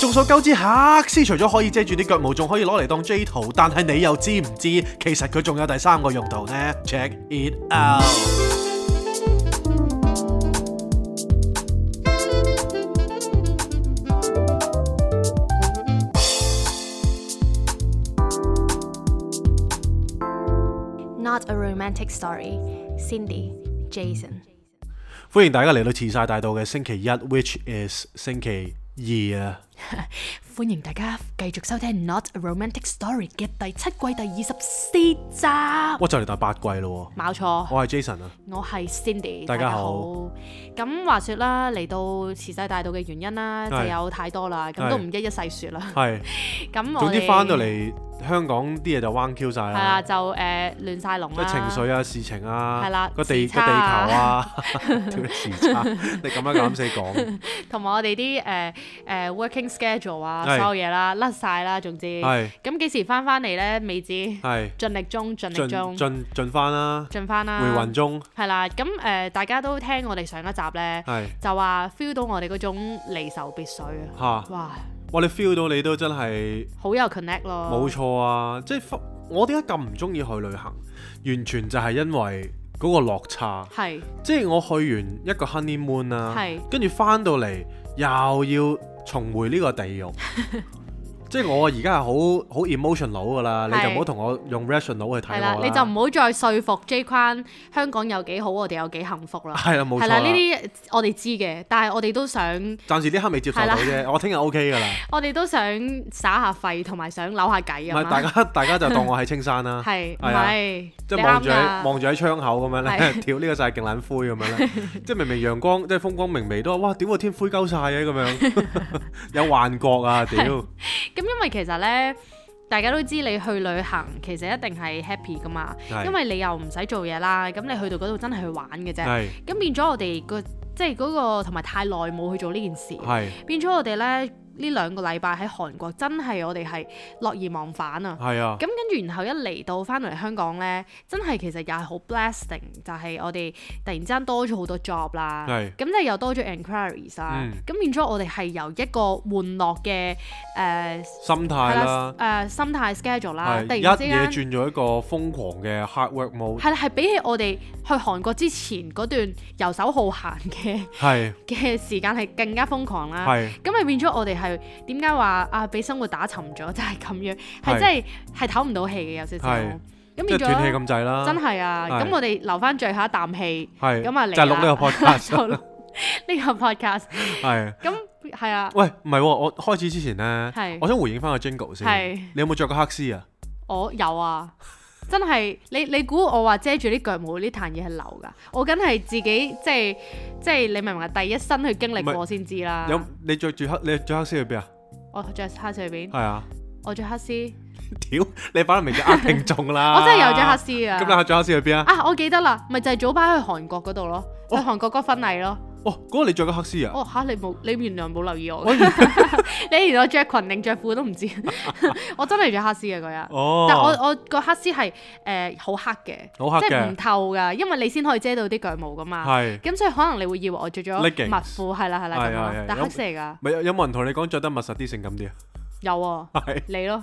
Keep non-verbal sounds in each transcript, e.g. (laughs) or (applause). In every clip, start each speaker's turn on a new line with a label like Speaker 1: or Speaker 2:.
Speaker 1: 眾所周知，黑絲除咗可以遮住啲腳毛，仲可以攞嚟當 J 圖，但係你又知唔知其實佢仲有第三個用途呢？Check it out！
Speaker 2: Not a romantic story. Cindy, Jason.
Speaker 1: 歡迎大家嚟到慈晒大道嘅星期一，which is 星期二啊。
Speaker 2: 歡迎大家繼續收聽《Not a Romantic Story》嘅第七季第二十四集。
Speaker 1: 哇，就嚟第八季咯喎。
Speaker 2: 冇錯，
Speaker 1: 我係 Jason 啊，
Speaker 2: 我係 Cindy，
Speaker 1: 大家好。
Speaker 2: 咁話說啦，嚟到時勢大道嘅原因啦，就
Speaker 1: 係
Speaker 2: 有太多啦，咁
Speaker 1: 係
Speaker 2: 都唔一一細説啦。
Speaker 1: 係。
Speaker 2: 咁我
Speaker 1: 總之
Speaker 2: 哋
Speaker 1: 翻到嚟香港啲嘢就彎 Q 晒
Speaker 2: 係啊，
Speaker 1: 啦，
Speaker 2: 就誒、呃、亂晒龍
Speaker 1: 即
Speaker 2: 啦，
Speaker 1: 係情緒啊、事情啊、
Speaker 2: 係啦
Speaker 1: 個地
Speaker 2: 時
Speaker 1: 個
Speaker 2: 差
Speaker 1: 地球
Speaker 2: 啊
Speaker 1: 啊，
Speaker 2: (laughs)
Speaker 1: 條時差，你咁樣咁死講，
Speaker 2: 同埋我哋啲誒誒 working schedule 啊，
Speaker 1: 係
Speaker 2: 所有嘢啦，甩晒啦，總之。
Speaker 1: 係
Speaker 2: 咁幾時翻翻嚟咧？未知，
Speaker 1: 係
Speaker 2: 盡力中，盡力
Speaker 1: 盡
Speaker 2: 中，啊
Speaker 1: 盡盡翻啦，
Speaker 2: 盡翻啦。
Speaker 1: 回魂中
Speaker 2: 係啦，咁誒、呃大家都聽我哋上一集咧，
Speaker 1: 係
Speaker 2: 就話 feel 到我哋嗰種離愁別緒啊，
Speaker 1: 嚇，哇！
Speaker 2: 哇，
Speaker 1: 你 feel 到你都真係
Speaker 2: 好有 connect 咯，
Speaker 1: 冇錯啊！即係我點解咁唔中意去旅行，完全就係因為嗰個落差。
Speaker 2: 係
Speaker 1: 即係我去完一個 honeymoon 啦
Speaker 2: 係，
Speaker 1: 跟住翻到嚟又要重回呢個地
Speaker 2: (laughs)
Speaker 1: 獄。即係我而家係好好 emotional 噶啦，你
Speaker 2: 係
Speaker 1: 就唔好同我用 rational 去睇
Speaker 2: 係啦
Speaker 1: 我，啦。
Speaker 2: 你就唔好再說服 J 框香港有幾好，我哋有幾幸福啦，
Speaker 1: 係啦， (laughs) 冇錯
Speaker 2: 係啦，呢啲我哋知嘅，但係我哋都想，
Speaker 1: 暫時呢刻未接受到啫，我聽日 OK 噶啦。
Speaker 2: 我哋都想耍下肺，同埋想扭下偈
Speaker 1: 唔
Speaker 2: 啊
Speaker 1: 係大
Speaker 2: 嘛，
Speaker 1: 家大家就當我喺青山啦，
Speaker 2: 係唔
Speaker 1: 係啊
Speaker 2: 係？
Speaker 1: 即
Speaker 2: 你
Speaker 1: 係望
Speaker 2: 啱
Speaker 1: 住喺
Speaker 2: 㗎
Speaker 1: 望住喺窗口咁樣咧，
Speaker 2: 係
Speaker 1: (laughs) 跳呢個世界勁撚灰咁樣
Speaker 2: (laughs)
Speaker 1: 咧，即係明明陽光即係風光明媚都話哇屌個天灰鳩晒嘅咁樣， (laughs) 有幻覺
Speaker 2: (laughs)
Speaker 1: 啊屌！
Speaker 2: 咁因為其實呢，大家都知你去旅行其實一定係 happy 噶嘛，
Speaker 1: 係
Speaker 2: 因為你又唔使做嘢啦，咁你去到嗰度真係去玩嘅啫。
Speaker 1: 係
Speaker 2: 咁變咗我哋個即係嗰個同埋太耐冇去做呢件事，
Speaker 1: 係
Speaker 2: 變咗我哋呢，呢兩個禮拜喺韓國真係我哋係樂而忘返啊！
Speaker 1: 係啊
Speaker 2: 咁跟住然後一嚟到翻嚟香港呢，真係其實又係好 blessing，就係我哋突然之間多咗好多 job 啦
Speaker 1: 係，
Speaker 2: 咁你又多咗 enquiries 啦
Speaker 1: 嗯，
Speaker 2: 咁變咗我哋係由一個玩樂嘅誒。呃
Speaker 1: 心態
Speaker 2: 係
Speaker 1: 啦
Speaker 2: 啦，。誒心態 schedule 啦，突
Speaker 1: 係一
Speaker 2: 然之
Speaker 1: 嘢轉
Speaker 2: 間
Speaker 1: 咗一個瘋狂嘅 hard work
Speaker 2: (laughs)
Speaker 1: mode，
Speaker 2: 係啦，係比起我哋去韓國之前嗰段遊手好閒嘅 (laughs)
Speaker 1: 係
Speaker 2: 嘅時間係更加瘋狂啦。
Speaker 1: 係
Speaker 2: 咁咪變咗我哋係點解話啊？俾生活打沉咗，就係咁樣，
Speaker 1: 係
Speaker 2: 係真係係唞唔到氣嘅有少少。
Speaker 1: 係
Speaker 2: 咁
Speaker 1: 即係
Speaker 2: 變
Speaker 1: 斷氣
Speaker 2: 咗
Speaker 1: 咁滯啦，
Speaker 2: 真係啊！
Speaker 1: 係
Speaker 2: 咁我哋留翻最後一啖氣，
Speaker 1: 係
Speaker 2: 咁啊嚟
Speaker 1: 就係錄呢個
Speaker 2: (laughs)
Speaker 1: podcast (laughs)
Speaker 2: 就錄呢個 podcast。
Speaker 1: 係。
Speaker 2: 咁係啊，
Speaker 1: 喂，唔係喎，我開始之前呢，
Speaker 2: 係
Speaker 1: 我想回應翻個 jingle 先。
Speaker 2: 係
Speaker 1: 你有冇着過黑絲啊？
Speaker 2: 我有啊，真係你你估我話遮住啲腳毛呢壇嘢係流㗎？我梗係自己即係即係你明唔明啊？第一身去經歷過先知啦。
Speaker 1: 有你着住黑，你着黑絲去邊啊？
Speaker 2: 我着哦黑絲裏邊，
Speaker 1: 係啊，
Speaker 2: 我着黑絲，
Speaker 1: 屌，你擺明就呃聽眾啦。
Speaker 2: (laughs) 我真係有着黑。絲啊！
Speaker 1: 咁你着黑絲去邊啊？
Speaker 2: 啊，我記得啦，咪就係早排去韓國嗰度咯，去
Speaker 1: 哦
Speaker 2: 韓國嗰個婚禮咯。
Speaker 1: 哦，嗰個你着過黑絲啊？
Speaker 2: 哦吓，你冇你原來冇留意我
Speaker 1: 我
Speaker 2: 嘅，
Speaker 1: 以
Speaker 2: (laughs)
Speaker 1: (laughs)
Speaker 2: 你連我着裙定着褲都唔知，我真係着黑絲嘅嗰日。但我
Speaker 1: 哦，
Speaker 2: 我個黑絲係誒好黑嘅，
Speaker 1: 好黑嘅
Speaker 2: 即係唔透㗎，因為你先可以遮到啲腳毛㗎嘛。
Speaker 1: 係。
Speaker 2: 咁所以可能你會以為我着咗襪
Speaker 1: Leggings
Speaker 2: 褲，係啦係啦咁
Speaker 1: 係係
Speaker 2: 樣
Speaker 1: 係，
Speaker 2: 但
Speaker 1: 有
Speaker 2: 黑色嚟㗎，
Speaker 1: 咪有有冇人同你講着得密實啲、性感啲啊？ (laughs)
Speaker 2: 有喎，
Speaker 1: 係 (laughs)
Speaker 2: 你咯，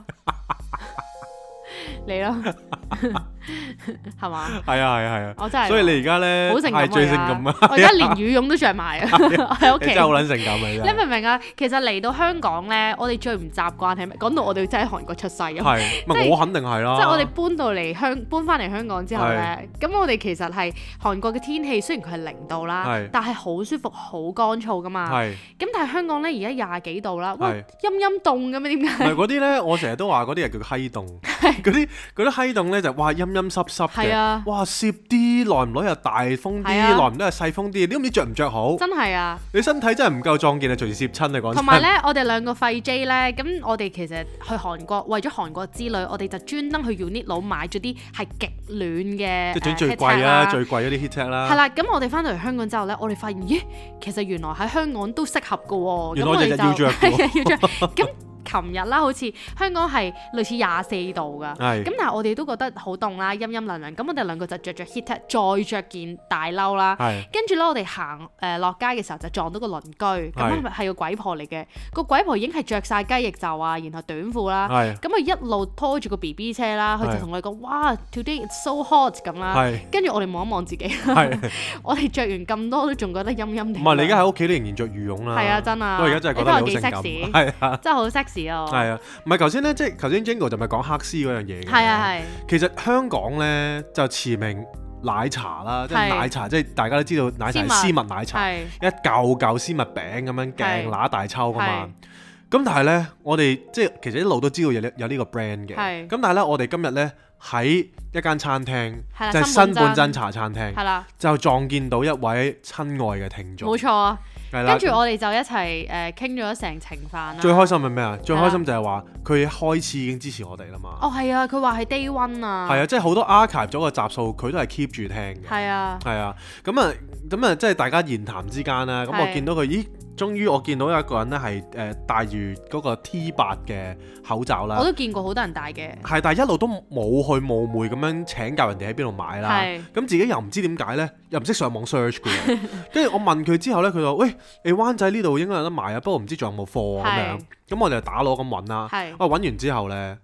Speaker 2: 你咯，係嘛？
Speaker 1: 係啊係啊係啊。
Speaker 2: 我真係，
Speaker 1: 所以你而家咧
Speaker 2: 好性感
Speaker 1: 係最性感啊！
Speaker 2: 我 (laughs) 而家連羽絨都着埋啊，我 (laughs) 喺屋
Speaker 1: 你真 (laughs) 係好
Speaker 2: 企。
Speaker 1: 撚性感
Speaker 2: 你
Speaker 1: 啊！
Speaker 2: 明唔明啊？其實嚟到香港咧，我哋最唔習慣係咩？講到我哋真係喺韓國出世
Speaker 1: 真
Speaker 2: 啊！
Speaker 1: 係係，唔
Speaker 2: (laughs) 即
Speaker 1: 係
Speaker 2: 係
Speaker 1: 我肯定係啦。
Speaker 2: 即係我哋搬到嚟香搬翻嚟香港之後咧，咁我哋其實係韓國嘅天氣，雖然佢係零度啦
Speaker 1: 係，
Speaker 2: 但係好舒服、好乾燥噶嘛。
Speaker 1: 係
Speaker 2: 咁但係香港咧而家廿幾度啦，哇
Speaker 1: 係
Speaker 2: 陰陰凍咁樣啊點
Speaker 1: 唔係
Speaker 2: 解？
Speaker 1: 嗰啲咧？我成日都話嗰啲係叫閪凍， (laughs) 嗰啲嗰啲閪凍咧就哇陰陰濕濕
Speaker 2: 係
Speaker 1: 嘅，
Speaker 2: 啊，
Speaker 1: 哇攝啲耐唔耐又大風啲，
Speaker 2: 係啊
Speaker 1: 耐唔耐又細風啲，你都唔知着唔着好？
Speaker 2: 真係啊！
Speaker 1: 你身體真係唔夠壯健啊，隨時攝親啊講真。
Speaker 2: 同埋咧， (laughs) 我哋兩個廢 J 咧，咁我哋其實去韓國為咗韓國之旅，我哋就專登去 Unit 佬買咗啲係極暖嘅，
Speaker 1: (laughs) 即係最
Speaker 2: 誒啊
Speaker 1: 最
Speaker 2: headset
Speaker 1: 貴啦，最貴嗰啲 heat tech
Speaker 2: 係
Speaker 1: 啦，
Speaker 2: 啦。咁我哋翻到嚟香港之後咧，我哋發現咦，其實原來喺香港都適合嘅喎。
Speaker 1: 原
Speaker 2: 咁
Speaker 1: 來
Speaker 2: 我
Speaker 1: 我
Speaker 2: 哋
Speaker 1: 日日要
Speaker 2: 就
Speaker 1: 着嘅喎
Speaker 2: (laughs) 係啊要着。咁琴日啦，好似香港係類似廿四度
Speaker 1: (laughs)
Speaker 2: 㗎。
Speaker 1: 係
Speaker 2: 咁但係我哋都覺得好凍啦，陰陰涼涼。咁我哋兩個就着着 heater，再着件大褸啦。
Speaker 1: 係
Speaker 2: 跟住咧，我哋行誒落街嘅時候就撞到個鄰居，咁
Speaker 1: 係
Speaker 2: 係咪係個鬼婆嚟嘅？個鬼婆已經係着晒雞翼袖啊，然後短褲啦。
Speaker 1: 係
Speaker 2: 咁佢一路拖住個 B B 車啦，佢
Speaker 1: 係
Speaker 2: 就同我哋講：哇，today it's so hot 咁啦
Speaker 1: 係。
Speaker 2: 跟住我哋望一望自己， (laughs)
Speaker 1: 係。
Speaker 2: 我哋着完咁多都仲覺得陰陰地。
Speaker 1: 唔係你而家喺屋企，你仍然着羽絨啦。
Speaker 2: 啊係啊真啊
Speaker 1: 我而家真係覺得你好性感。 (laughs)
Speaker 2: 你睇我幾 sexy
Speaker 1: 係啊，
Speaker 2: 真係好 sexy 啊！
Speaker 1: 係啊。唔係頭先咧，即係頭先 Jingle 就咪講黑絲嗰樣嘢嘅。
Speaker 2: 係啊係。
Speaker 1: 其實香港咧就馳名奶茶啦，即係
Speaker 2: 係
Speaker 1: 奶茶，即係大家都知道奶茶係
Speaker 2: 絲
Speaker 1: 絲襪奶茶，
Speaker 2: 係
Speaker 1: 一嚿嚿絲襪餅咁樣
Speaker 2: 係
Speaker 1: 鏡乸大抽噶嘛。咁但係咧，我哋即係其實一路都知道有呢有呢個 brand 嘅。咁
Speaker 2: 係
Speaker 1: 但係咧，我哋今日咧喺一間餐廳，
Speaker 2: 係啦
Speaker 1: 即係
Speaker 2: 新
Speaker 1: 新
Speaker 2: 半
Speaker 1: 半
Speaker 2: 真
Speaker 1: 真茶餐廳，
Speaker 2: 係啦，
Speaker 1: 就撞見到一位親愛嘅聽眾
Speaker 2: 冇。錯啊。
Speaker 1: 係啦
Speaker 2: 跟住我哋就一齊誒傾咗成程飯啦。
Speaker 1: 最開心係咩啊？最開心就係話佢開始已經支持我哋啦嘛。
Speaker 2: 哦係啊，佢話係 day one 啊。
Speaker 1: 係啊，即係好多 archive 咗個集數，佢都係 keep 住聽嘅。
Speaker 2: 係啊，
Speaker 1: 係啊，咁啊，咁啊，即係大家言談之間啦。咁我
Speaker 2: 係
Speaker 1: 見到佢，咦，終於我見到有一個人咧係誒戴住嗰個 T 八嘅口罩
Speaker 2: 我
Speaker 1: 啦，
Speaker 2: 都見過好多人戴嘅。
Speaker 1: 係，但係一路都冇去冒昧咁樣請教人哋喺邊度買啦。
Speaker 2: 係
Speaker 1: 咁自己又唔知點解咧，又唔識上網 search 嘅
Speaker 2: (laughs)
Speaker 1: 喎。跟住我問佢之後咧，佢就話：喂，你灣仔呢度應該有得賣啊，不過唔知仲有冇貨啊咁樣
Speaker 2: 係。
Speaker 1: 咁我哋就打攞咁揾啦。
Speaker 2: 係
Speaker 1: 我揾完之後咧，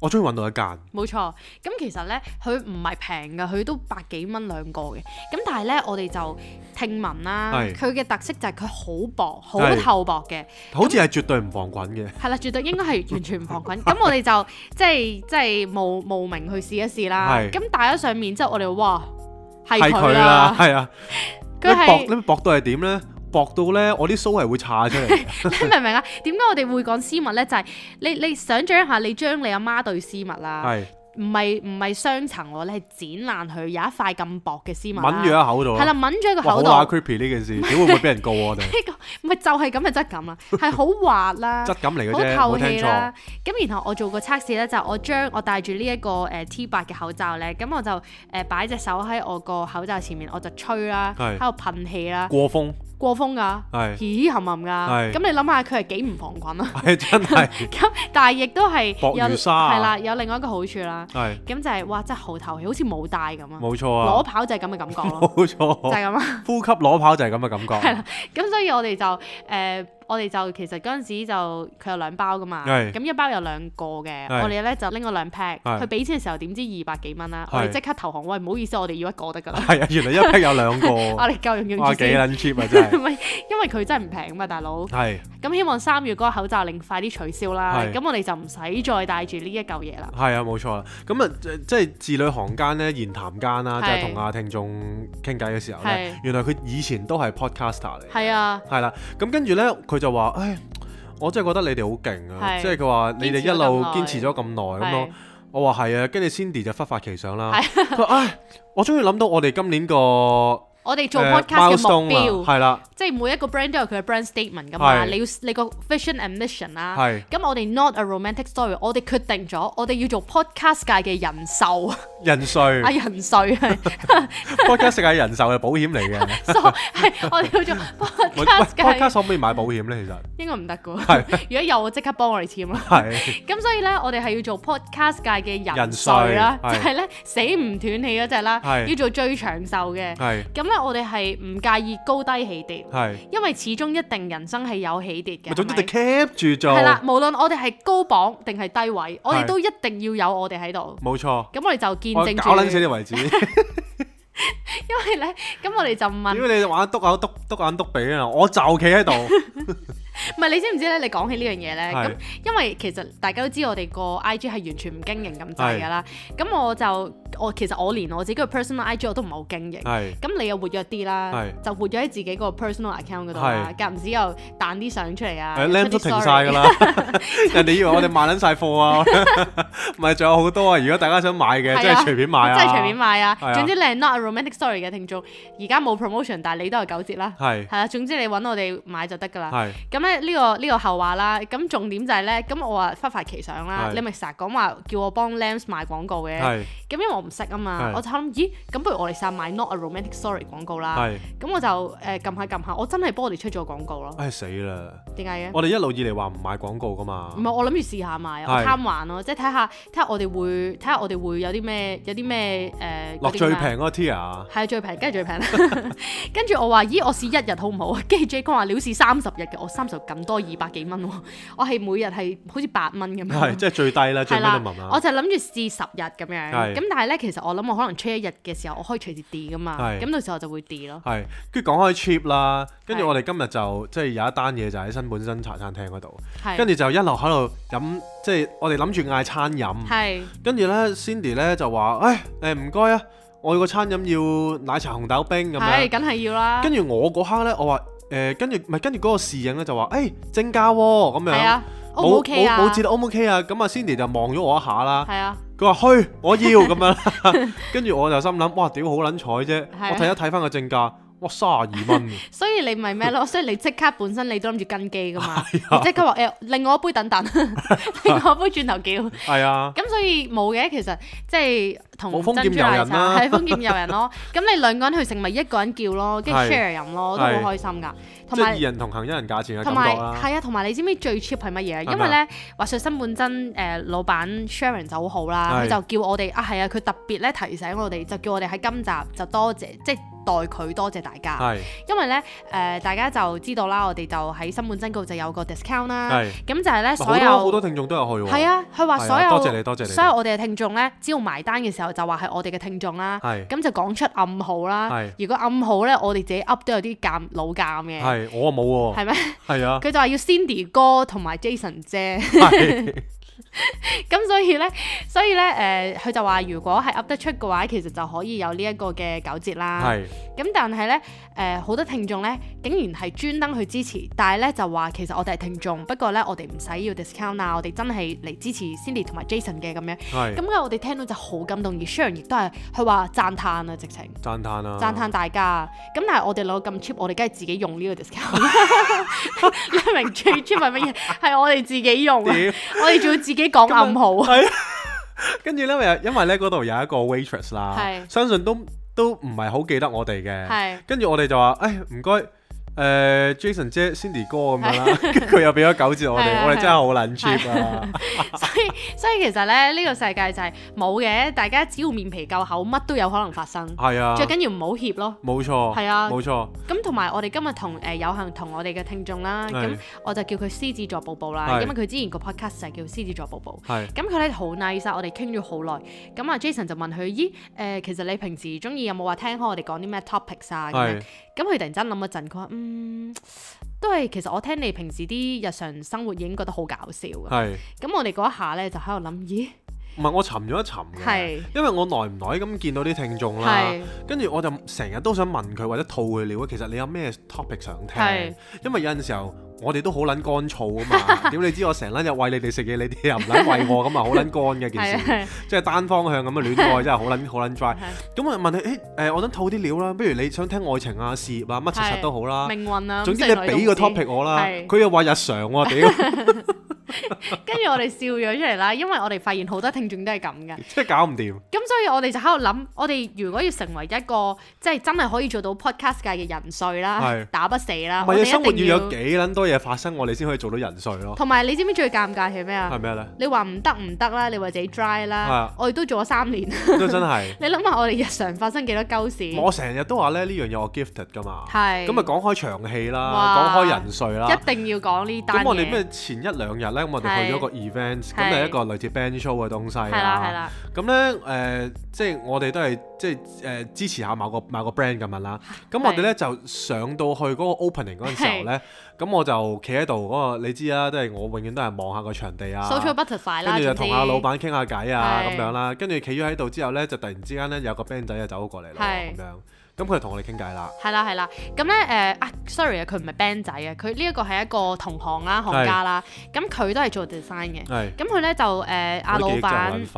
Speaker 1: 我終於揾到一間。
Speaker 2: 冇錯，咁其實呢，佢唔係平㗎，佢都百幾蚊兩個嘅。咁但係呢，我哋就聽聞啦，
Speaker 1: 係
Speaker 2: 佢嘅特色就係佢好薄、好
Speaker 1: 係
Speaker 2: 透薄嘅，
Speaker 1: 好似係絕對唔防菌嘅，
Speaker 2: 係啦，絕對應該係完全
Speaker 1: (laughs)
Speaker 2: 唔防菌。咁我哋就即係即係慕慕名去試一試啦。
Speaker 1: 係
Speaker 2: 咁戴咗上面之後，我哋哇係
Speaker 1: 係
Speaker 2: 佢
Speaker 1: 佢啦，
Speaker 2: 啦，
Speaker 1: 係啊，你
Speaker 2: 佢係
Speaker 1: 薄你薄到係點咧？薄到咧，我啲鬚係會岔出嚟
Speaker 2: (laughs)
Speaker 1: 嘅，
Speaker 2: 你 (laughs) 明唔明啊？點解我哋會講絲襪呢？就係、你你想象一下，你將你阿媽對絲襪啦，
Speaker 1: 係
Speaker 2: 唔係唔係雙層喎，你係剪爛佢有一塊咁薄嘅絲襪
Speaker 1: 抿住
Speaker 2: 啦，
Speaker 1: 喺口度
Speaker 2: 係啦，
Speaker 1: 啦，
Speaker 2: 抿咗喺個
Speaker 1: 啊哇，好
Speaker 2: 口度。
Speaker 1: 乸 creepy 呢件事，點會唔會俾人告我
Speaker 2: (laughs)
Speaker 1: 哋？
Speaker 2: 呢個咪就係咁嘅質感啦，係好滑
Speaker 1: (laughs)
Speaker 2: 啦，
Speaker 1: 質感嚟嘅
Speaker 2: 好
Speaker 1: 啫，
Speaker 2: 透
Speaker 1: 冇
Speaker 2: 氣
Speaker 1: 聽錯
Speaker 2: 啦，。咁然後我做個測試咧，就係我將我戴住呢一個誒 T 八嘅口罩咧，咁我就誒擺隻手喺我個口罩前面，我就吹啦，
Speaker 1: 係
Speaker 2: 喺度噴氣啦，
Speaker 1: 過風
Speaker 2: 過風㗎，
Speaker 1: 係
Speaker 2: 咦冚冚㗎。
Speaker 1: 係
Speaker 2: 咁你諗下佢係幾唔防菌啊？ (laughs)
Speaker 1: 係真係
Speaker 2: 咁但係亦都係
Speaker 1: 薄
Speaker 2: 有
Speaker 1: 如沙啊
Speaker 2: 係啦，有另外一個好處啦。
Speaker 1: 係
Speaker 2: 咁就係哇，真係好透氣，好似冇戴咁啊！
Speaker 1: 冇錯
Speaker 2: 裸
Speaker 1: 啊，
Speaker 2: 跑就係咁嘅感覺
Speaker 1: (laughs)
Speaker 2: 咯，
Speaker 1: 冇
Speaker 2: 就
Speaker 1: 錯，
Speaker 2: 係咁啊。 (laughs)
Speaker 1: 呼吸裸跑就係咁嘅感
Speaker 2: 係
Speaker 1: 覺
Speaker 2: 啦，咁所以我哋就誒、呃我哋就其實嗰陣時就佢有兩包噶嘛，
Speaker 1: 係
Speaker 2: 咁一包有兩個嘅，
Speaker 1: 係
Speaker 2: 我哋咧就拎咗兩 pack，
Speaker 1: 係
Speaker 2: 佢俾錢嘅時候點知二百幾蚊啦，
Speaker 1: 係
Speaker 2: 我哋即刻投降，喂唔好意思，我哋要一個
Speaker 1: (laughs)
Speaker 2: 得㗎啦， (laughs)
Speaker 1: 係啊，原來一 pack 有兩
Speaker 2: 我 (laughs)
Speaker 1: 個，
Speaker 2: 哋啊夠用用
Speaker 1: 哇
Speaker 2: 住
Speaker 1: 幾
Speaker 2: 先。
Speaker 1: 撚 cheap 啊
Speaker 2: (laughs)
Speaker 1: 真係，
Speaker 2: 唔係因為佢真係唔平啊嘛，大佬。
Speaker 1: 係
Speaker 2: 咁希望三月嗰個口罩令快啲取消啦。
Speaker 1: 係
Speaker 2: 咁我哋就唔使再戴住呢一嚿嘢啦。
Speaker 1: 係啊，冇錯啦。咁啊，即即係字裏行間咧，言談間啦，
Speaker 2: 係
Speaker 1: 即係同阿聽眾傾偈嘅時候咧
Speaker 2: 係，
Speaker 1: 原來佢以前都係 podcaster 嚟嘅。
Speaker 2: 係啊，
Speaker 1: 係啦，咁跟住呢，佢就話：，唉，我真係覺得你哋好勁啊！
Speaker 2: 係
Speaker 1: 即係佢話你哋一路堅持咗咁耐，咁
Speaker 2: 係
Speaker 1: 我我話係啊，跟住 Cindy 就忽發奇想啦。佢話：，唉，我終於諗到我哋今年個
Speaker 2: 我哋做
Speaker 1: 呃
Speaker 2: podcast 嘅
Speaker 1: milestone
Speaker 2: 目
Speaker 1: 啦
Speaker 2: 標，
Speaker 1: 係啦，
Speaker 2: 即係每一個 brand 都有佢嘅 brand statement 㗎嘛。
Speaker 1: 係
Speaker 2: 你要你個啊 vision and mission 啦。
Speaker 1: 係
Speaker 2: 咁我哋 not a romantic story，我哋決定咗，我哋要做 podcast 界嘅人壽啊
Speaker 1: 人
Speaker 2: (laughs)
Speaker 1: 瑞
Speaker 2: 人瑞係
Speaker 1: podcast 界人壽係保險嚟嘅。
Speaker 2: (laughs) ，so 係我哋要做
Speaker 1: 喂
Speaker 2: podcast 界
Speaker 1: podcast 可唔可以買保險呢？
Speaker 2: 應該唔得噶，
Speaker 1: 係
Speaker 2: 如果有我即刻幫我哋簽啦。
Speaker 1: 其實係
Speaker 2: 咁所以咧，我哋係要做 podcast 界嘅人
Speaker 1: 人壽
Speaker 2: 瑞啦，就
Speaker 1: 係
Speaker 2: 係咧死唔斷氣嗰只啦，
Speaker 1: 係
Speaker 2: 要做最長壽嘅。
Speaker 1: 係
Speaker 2: 咁咧，我哋係唔介意高低起跌，
Speaker 1: 係，
Speaker 2: 因為始終一定人生係有起跌嘅。
Speaker 1: 咪總之
Speaker 2: 係
Speaker 1: 你
Speaker 2: 咪
Speaker 1: keep 住做
Speaker 2: 係，啦，無論我哋係高榜定係低位，我哋
Speaker 1: 係
Speaker 2: 都一定要有我哋喺度。
Speaker 1: 冇錯，
Speaker 2: 咁我哋就見
Speaker 1: 我
Speaker 2: 證
Speaker 1: 搞撚死
Speaker 2: 住，
Speaker 1: 你為
Speaker 2: (laughs)
Speaker 1: 止。
Speaker 2: 因為咧，咁我哋就問，
Speaker 1: 因
Speaker 2: 唔
Speaker 1: 為你玩篤眼篤篤眼篤鼻啊！我就企喺
Speaker 2: (laughs)
Speaker 1: 度，
Speaker 2: 係你知唔知咧？你講起呢樣嘢咧，
Speaker 1: 係
Speaker 2: 咁因為其實大家都知我哋個 I G 係完全唔經營咁滯㗎啦。咁我就我其實我連我自己個 personal I G 我都唔係好經營。
Speaker 1: 係
Speaker 2: 咁你又活躍啲啦，
Speaker 1: 係
Speaker 2: 就活躍喺自己個 personal account 嗰度啦，間唔時又彈啲相出嚟啊，
Speaker 1: 係 lamp
Speaker 2: 出
Speaker 1: 都
Speaker 2: 啲
Speaker 1: 停晒㗎
Speaker 2: (laughs)
Speaker 1: (laughs)
Speaker 2: story
Speaker 1: 啦，人哋以為我哋賣撚晒貨 (laughs) 啊！唔係，仲有好多啊！如果大家想買嘅，
Speaker 2: 係
Speaker 1: 真
Speaker 2: 啊
Speaker 1: 係隨便買啊！
Speaker 2: 真係隨便買啊
Speaker 1: 係啊！
Speaker 2: 總之你係 not a romantic story 嘅聽眾，而家冇 promotion，但係你都有九折啦。
Speaker 1: 係
Speaker 2: 係啊，總之你揾我哋買就得㗎啦。
Speaker 1: 係
Speaker 2: 咁咧呢個呢個後話啦，咁重點就係咧，咁我話忽發奇想啦，
Speaker 1: 係
Speaker 2: 你咪成日講話叫我幫 Lams 賣廣告嘅，
Speaker 1: 係
Speaker 2: 咁因為我唔識啊嘛
Speaker 1: 係，
Speaker 2: 我就諗，咦，咁不如我哋試下買 Not a Romantic Story 廣告啦，
Speaker 1: 係，
Speaker 2: 咁我就誒撳下撳下，我真係幫我哋出咗個廣告咯，
Speaker 1: 唉死啦！
Speaker 2: 點解嘅？
Speaker 1: 我哋一路以嚟話唔賣廣告噶嘛
Speaker 2: 唔，係，我諗住試下買，我
Speaker 1: 係
Speaker 2: 貪玩咯，即係睇下睇下我哋會睇下我哋會有啲咩有啲咩誒
Speaker 1: 落
Speaker 2: 嗰啲
Speaker 1: 最
Speaker 2: 咩啊
Speaker 1: 平嗰個 tier，
Speaker 2: 係最平，梗係最平啦。 (laughs) 跟住我話：咦，我試一日好唔好啊？跟住 J 哥話：你好試三十日嘅，我三十咁多二百幾蚊喎。我係每日係好似八蚊咁
Speaker 1: 係
Speaker 2: 樣。
Speaker 1: 即係最低啦，最
Speaker 2: 係啦
Speaker 1: minimum，à.
Speaker 2: 我
Speaker 1: 啦，
Speaker 2: 就諗住試十日咁樣。
Speaker 1: 係
Speaker 2: 咁但係咧，其實我諗我可能吹一日嘅時候，我可以隨時 D 噶嘛。
Speaker 1: 係
Speaker 2: 咁到時候我就會 D 咯。
Speaker 1: 係。跟住講開 cheap 啦，跟住
Speaker 2: 係
Speaker 1: 我哋今日就即係有一單嘢就喺新本身茶餐廳嗰度，跟
Speaker 2: 係
Speaker 1: 住就一路喺度飲，即係我哋諗住嗌餐飲，
Speaker 2: 係
Speaker 1: 跟住咧 Cindy 咧就話：，唉誒唔該啊，我要個餐飲要奶茶紅豆冰咁樣
Speaker 2: 係，。梗係要啦。
Speaker 1: 跟住我嗰刻咧，我話誒，跟住唔係跟住嗰個侍應咧就話，誒、正價喎咁樣，
Speaker 2: 係啊，O 唔
Speaker 1: 冇
Speaker 2: OK 啊？
Speaker 1: 冇冇折 O 唔 OK 啊？咁啊，Cindy 就望咗我一下
Speaker 2: (laughs)
Speaker 1: 啦，
Speaker 2: 係啊，
Speaker 1: 佢話虛，我要咁樣啦。跟住我就心諗，哇，屌好撚彩啫！
Speaker 2: 係啊
Speaker 1: 我睇一睇翻個正價，哇，三十二
Speaker 2: (laughs)
Speaker 1: 蚊喎，
Speaker 2: 所以你咪
Speaker 1: (laughs)
Speaker 2: 咩咯？所以你即刻本身你都諗住跟機噶嘛？你
Speaker 1: 啊
Speaker 2: 即刻話誒，另外一杯等等， (laughs) 另外一杯轉頭叫。
Speaker 1: 係啊，
Speaker 2: 咁所以冇嘅，其實即係同
Speaker 1: 冇封劍
Speaker 2: 珍珠奶
Speaker 1: 遊人啦
Speaker 2: 茶係封劍遊人咯。 (laughs) 咁你兩個人去食，咪一個人叫咯，跟住
Speaker 1: 係
Speaker 2: share 飲咯，都
Speaker 1: 係
Speaker 2: 好開心噶。同
Speaker 1: 即係
Speaker 2: 埋
Speaker 1: 二人同行一人價錢嘅
Speaker 2: 同
Speaker 1: 感
Speaker 2: 埋
Speaker 1: 覺啦。
Speaker 2: 係啊，同埋你知唔知最 cheap 係乜嘢？
Speaker 1: 咩啊
Speaker 2: 因為咧，話説新本真誒、呃老闆 Sharon 就好好啦，
Speaker 1: 係
Speaker 2: 佢就叫我哋啊，係啊，佢特別咧提醒我哋，就叫我哋喺今集就多謝，即係代佢多謝大家，
Speaker 1: 係
Speaker 2: 因為咧誒、呃大家就知道啦，我哋就喺新本真嗰度就有個 discount 啦，
Speaker 1: 係，
Speaker 2: 咁就係咧
Speaker 1: 好
Speaker 2: 所
Speaker 1: 多
Speaker 2: 有
Speaker 1: 好多聽眾都有去喎。
Speaker 2: 係啊，佢話
Speaker 1: 係啊
Speaker 2: 所有
Speaker 1: 多謝你多謝你
Speaker 2: 所有我哋嘅聽眾咧，只要埋單嘅時候就話係我哋嘅聽眾啦。
Speaker 1: 係
Speaker 2: 咁就講出暗號啦
Speaker 1: 係。
Speaker 2: 如果暗號咧，我哋自己 up 都有啲尷老尷嘅，
Speaker 1: 係，我冇喎， (laughs)
Speaker 2: 係咩？
Speaker 1: 係啊，
Speaker 2: 佢就話要 Cindy 哥同埋 Jason 姐。 (laughs) 咁所以咧，所以咧，誒、佢就話如果係 up 得出嘅話，其實就可以有呢一個嘅九折啦。
Speaker 1: 係
Speaker 2: 咁但係咧，誒、好多聽眾咧，竟然係專登去支持，但係咧就話其實我哋係聽眾，不過咧我哋唔使要 discount 啊，我哋真係嚟支持 Cindy 同埋 Jason 嘅咁樣。
Speaker 1: 係
Speaker 2: 咁我哋聽到就好感動，而 Sharon 亦都係佢話讚歎啊，直情
Speaker 1: 讚嘆啊，
Speaker 2: 讚歎大家。咁但係我哋攞咁 cheap，我哋梗係自己用呢個 discount。
Speaker 1: (laughs)
Speaker 2: 你明最 cheap 係乜嘢？係我哋自己用啊！
Speaker 1: 屌
Speaker 2: 我哋仲要自己講暗號啊！
Speaker 1: 係啊， (laughs) 跟住咧，因為因為咧嗰度有一個 waitress 啦，
Speaker 2: 係
Speaker 1: 相信都都唔係好記得我哋嘅。
Speaker 2: 係
Speaker 1: 跟住我哋就話，誒唔該，誒 Jason 姐、Cindy 哥咁樣啦，跟住佢又俾咗九折我
Speaker 2: 係
Speaker 1: 哋，
Speaker 2: 啊
Speaker 1: 我哋真係好撚 cheap 啊！
Speaker 2: 所以所以其實咧，呢個世界就係冇嘅，大家只要面皮夠厚，乜都有可能發生。
Speaker 1: 係啊
Speaker 2: 最，緊要唔好怯咯。
Speaker 1: 冇錯，
Speaker 2: 係啊
Speaker 1: 冇錯，
Speaker 2: 咁同埋我哋今日同誒有幸同我哋嘅聽眾啦，
Speaker 1: 係
Speaker 2: 咁我就叫佢獅子座寶寶啦，
Speaker 1: 係
Speaker 2: 因為佢之前個 podcast 就係叫獅子座寶寶。
Speaker 1: 係
Speaker 2: 咁佢咧好 nice 啊！我哋傾咗好耐，咁啊 Jason 就問佢：咦誒、其實你平時中意有冇話聽開我哋講啲咩 topics 啊？咁樣
Speaker 1: 係
Speaker 2: 咁佢突然間諗一陣，佢話：嗯，都係其實我聽你平時啲日常生活已經覺得好搞笑㗎。
Speaker 1: 係，
Speaker 2: 咁我哋嗰一下咧就喺度諗：咦，
Speaker 1: 唔係我沉咗一沉嘅
Speaker 2: 係，
Speaker 1: 因為我耐唔耐咁見到啲聽眾啦。
Speaker 2: 係
Speaker 1: 跟住我就成日都想問佢或者套佢料啊，其實你有咩 topic 想聽
Speaker 2: 係？
Speaker 1: 因為有陣時候我哋都好撚乾燥啊
Speaker 2: (laughs)
Speaker 1: 嘛，屌你知我成撚日餵你哋食嘢，你哋又唔撚餵我咁啊，好撚乾嘅件
Speaker 2: 係
Speaker 1: 事，
Speaker 2: 係
Speaker 1: 即係單方向咁嘅戀愛真係好撚好撚 dry
Speaker 2: 係。
Speaker 1: 咁啊我就問你，誒、誒，我想套啲料啦，不如你想聽愛情啊、事業啊、乜柒柒都好啦。
Speaker 2: 命運啊！
Speaker 1: 總之
Speaker 2: 咁
Speaker 1: 你
Speaker 2: 成日都
Speaker 1: 俾個
Speaker 2: 唔知
Speaker 1: topic 我啦，
Speaker 2: 係
Speaker 1: 佢又話日常喎，屌
Speaker 2: (laughs) 跟住我哋笑咗出嚟啦，因為我哋發現好多聽眾都係咁嘅。
Speaker 1: 即係搞唔掂。
Speaker 2: 咁所以我哋就喺度諗，我哋如果要成為一個即係真係可以做到 podcast 界嘅人帥啦
Speaker 1: 係，
Speaker 2: 打不死啦，
Speaker 1: 唔
Speaker 2: 我
Speaker 1: 係
Speaker 2: 哋
Speaker 1: 啊，生活
Speaker 2: 一定
Speaker 1: 要有幾撚多嘢發生，我哋先可以做到人帥咯，
Speaker 2: 同埋你知唔知最尷尬係咩 (laughs) 啊
Speaker 1: 係？咩咧？
Speaker 2: 你話唔得唔得啦，你話自己 dry 啦
Speaker 1: 啊，
Speaker 2: 我哋都做咗三年。 (laughs)
Speaker 1: 都真係。
Speaker 2: 你諗下我哋日常發生幾多鳩事，
Speaker 1: 我成日都話咧呢樣嘢我 gifted 噶嘛，
Speaker 2: 係
Speaker 1: 咁啊講開長戲啦，
Speaker 2: 哇
Speaker 1: 講開人帥啦。
Speaker 2: 一定要講呢單
Speaker 1: 咁我哋
Speaker 2: 嘢。
Speaker 1: 咩前一兩日咧，咁我哋去咗個 event，咁
Speaker 2: 係
Speaker 1: 係一個類似 band show 嘅東西
Speaker 2: 係啦
Speaker 1: 啦。
Speaker 2: 係啦，
Speaker 1: 咁咧誒，即係我哋都係即係誒支持下某個某個 brand 咁樣
Speaker 2: (laughs)
Speaker 1: 啦。咁我哋咧就上到去嗰個 opening 嗰陣時候咧，咁我就企喺度嗰個，你知啦，都係我永遠都係望下個場地啊。
Speaker 2: social butterfly 啦，
Speaker 1: 跟住就
Speaker 2: 總
Speaker 1: 同
Speaker 2: 之
Speaker 1: 阿老闆傾下偈啊
Speaker 2: 係
Speaker 1: 咁樣啦，跟住企咗喺度之後咧，就突然之間咧有個 band 仔就走咗過嚟啦
Speaker 2: 係
Speaker 1: 咁樣，咁佢就同我哋傾偈啦。
Speaker 2: 係啦係啦，咁咧誒啊，sorry 啊，佢唔係 band 仔啊，佢呢一個係一個同行啦、行家啦，咁佢都係做 design 嘅，
Speaker 1: 係。
Speaker 2: 咁佢咧就誒阿、
Speaker 1: 我啲
Speaker 2: 老
Speaker 1: 記憶真係好
Speaker 2: 闆
Speaker 1: 撚。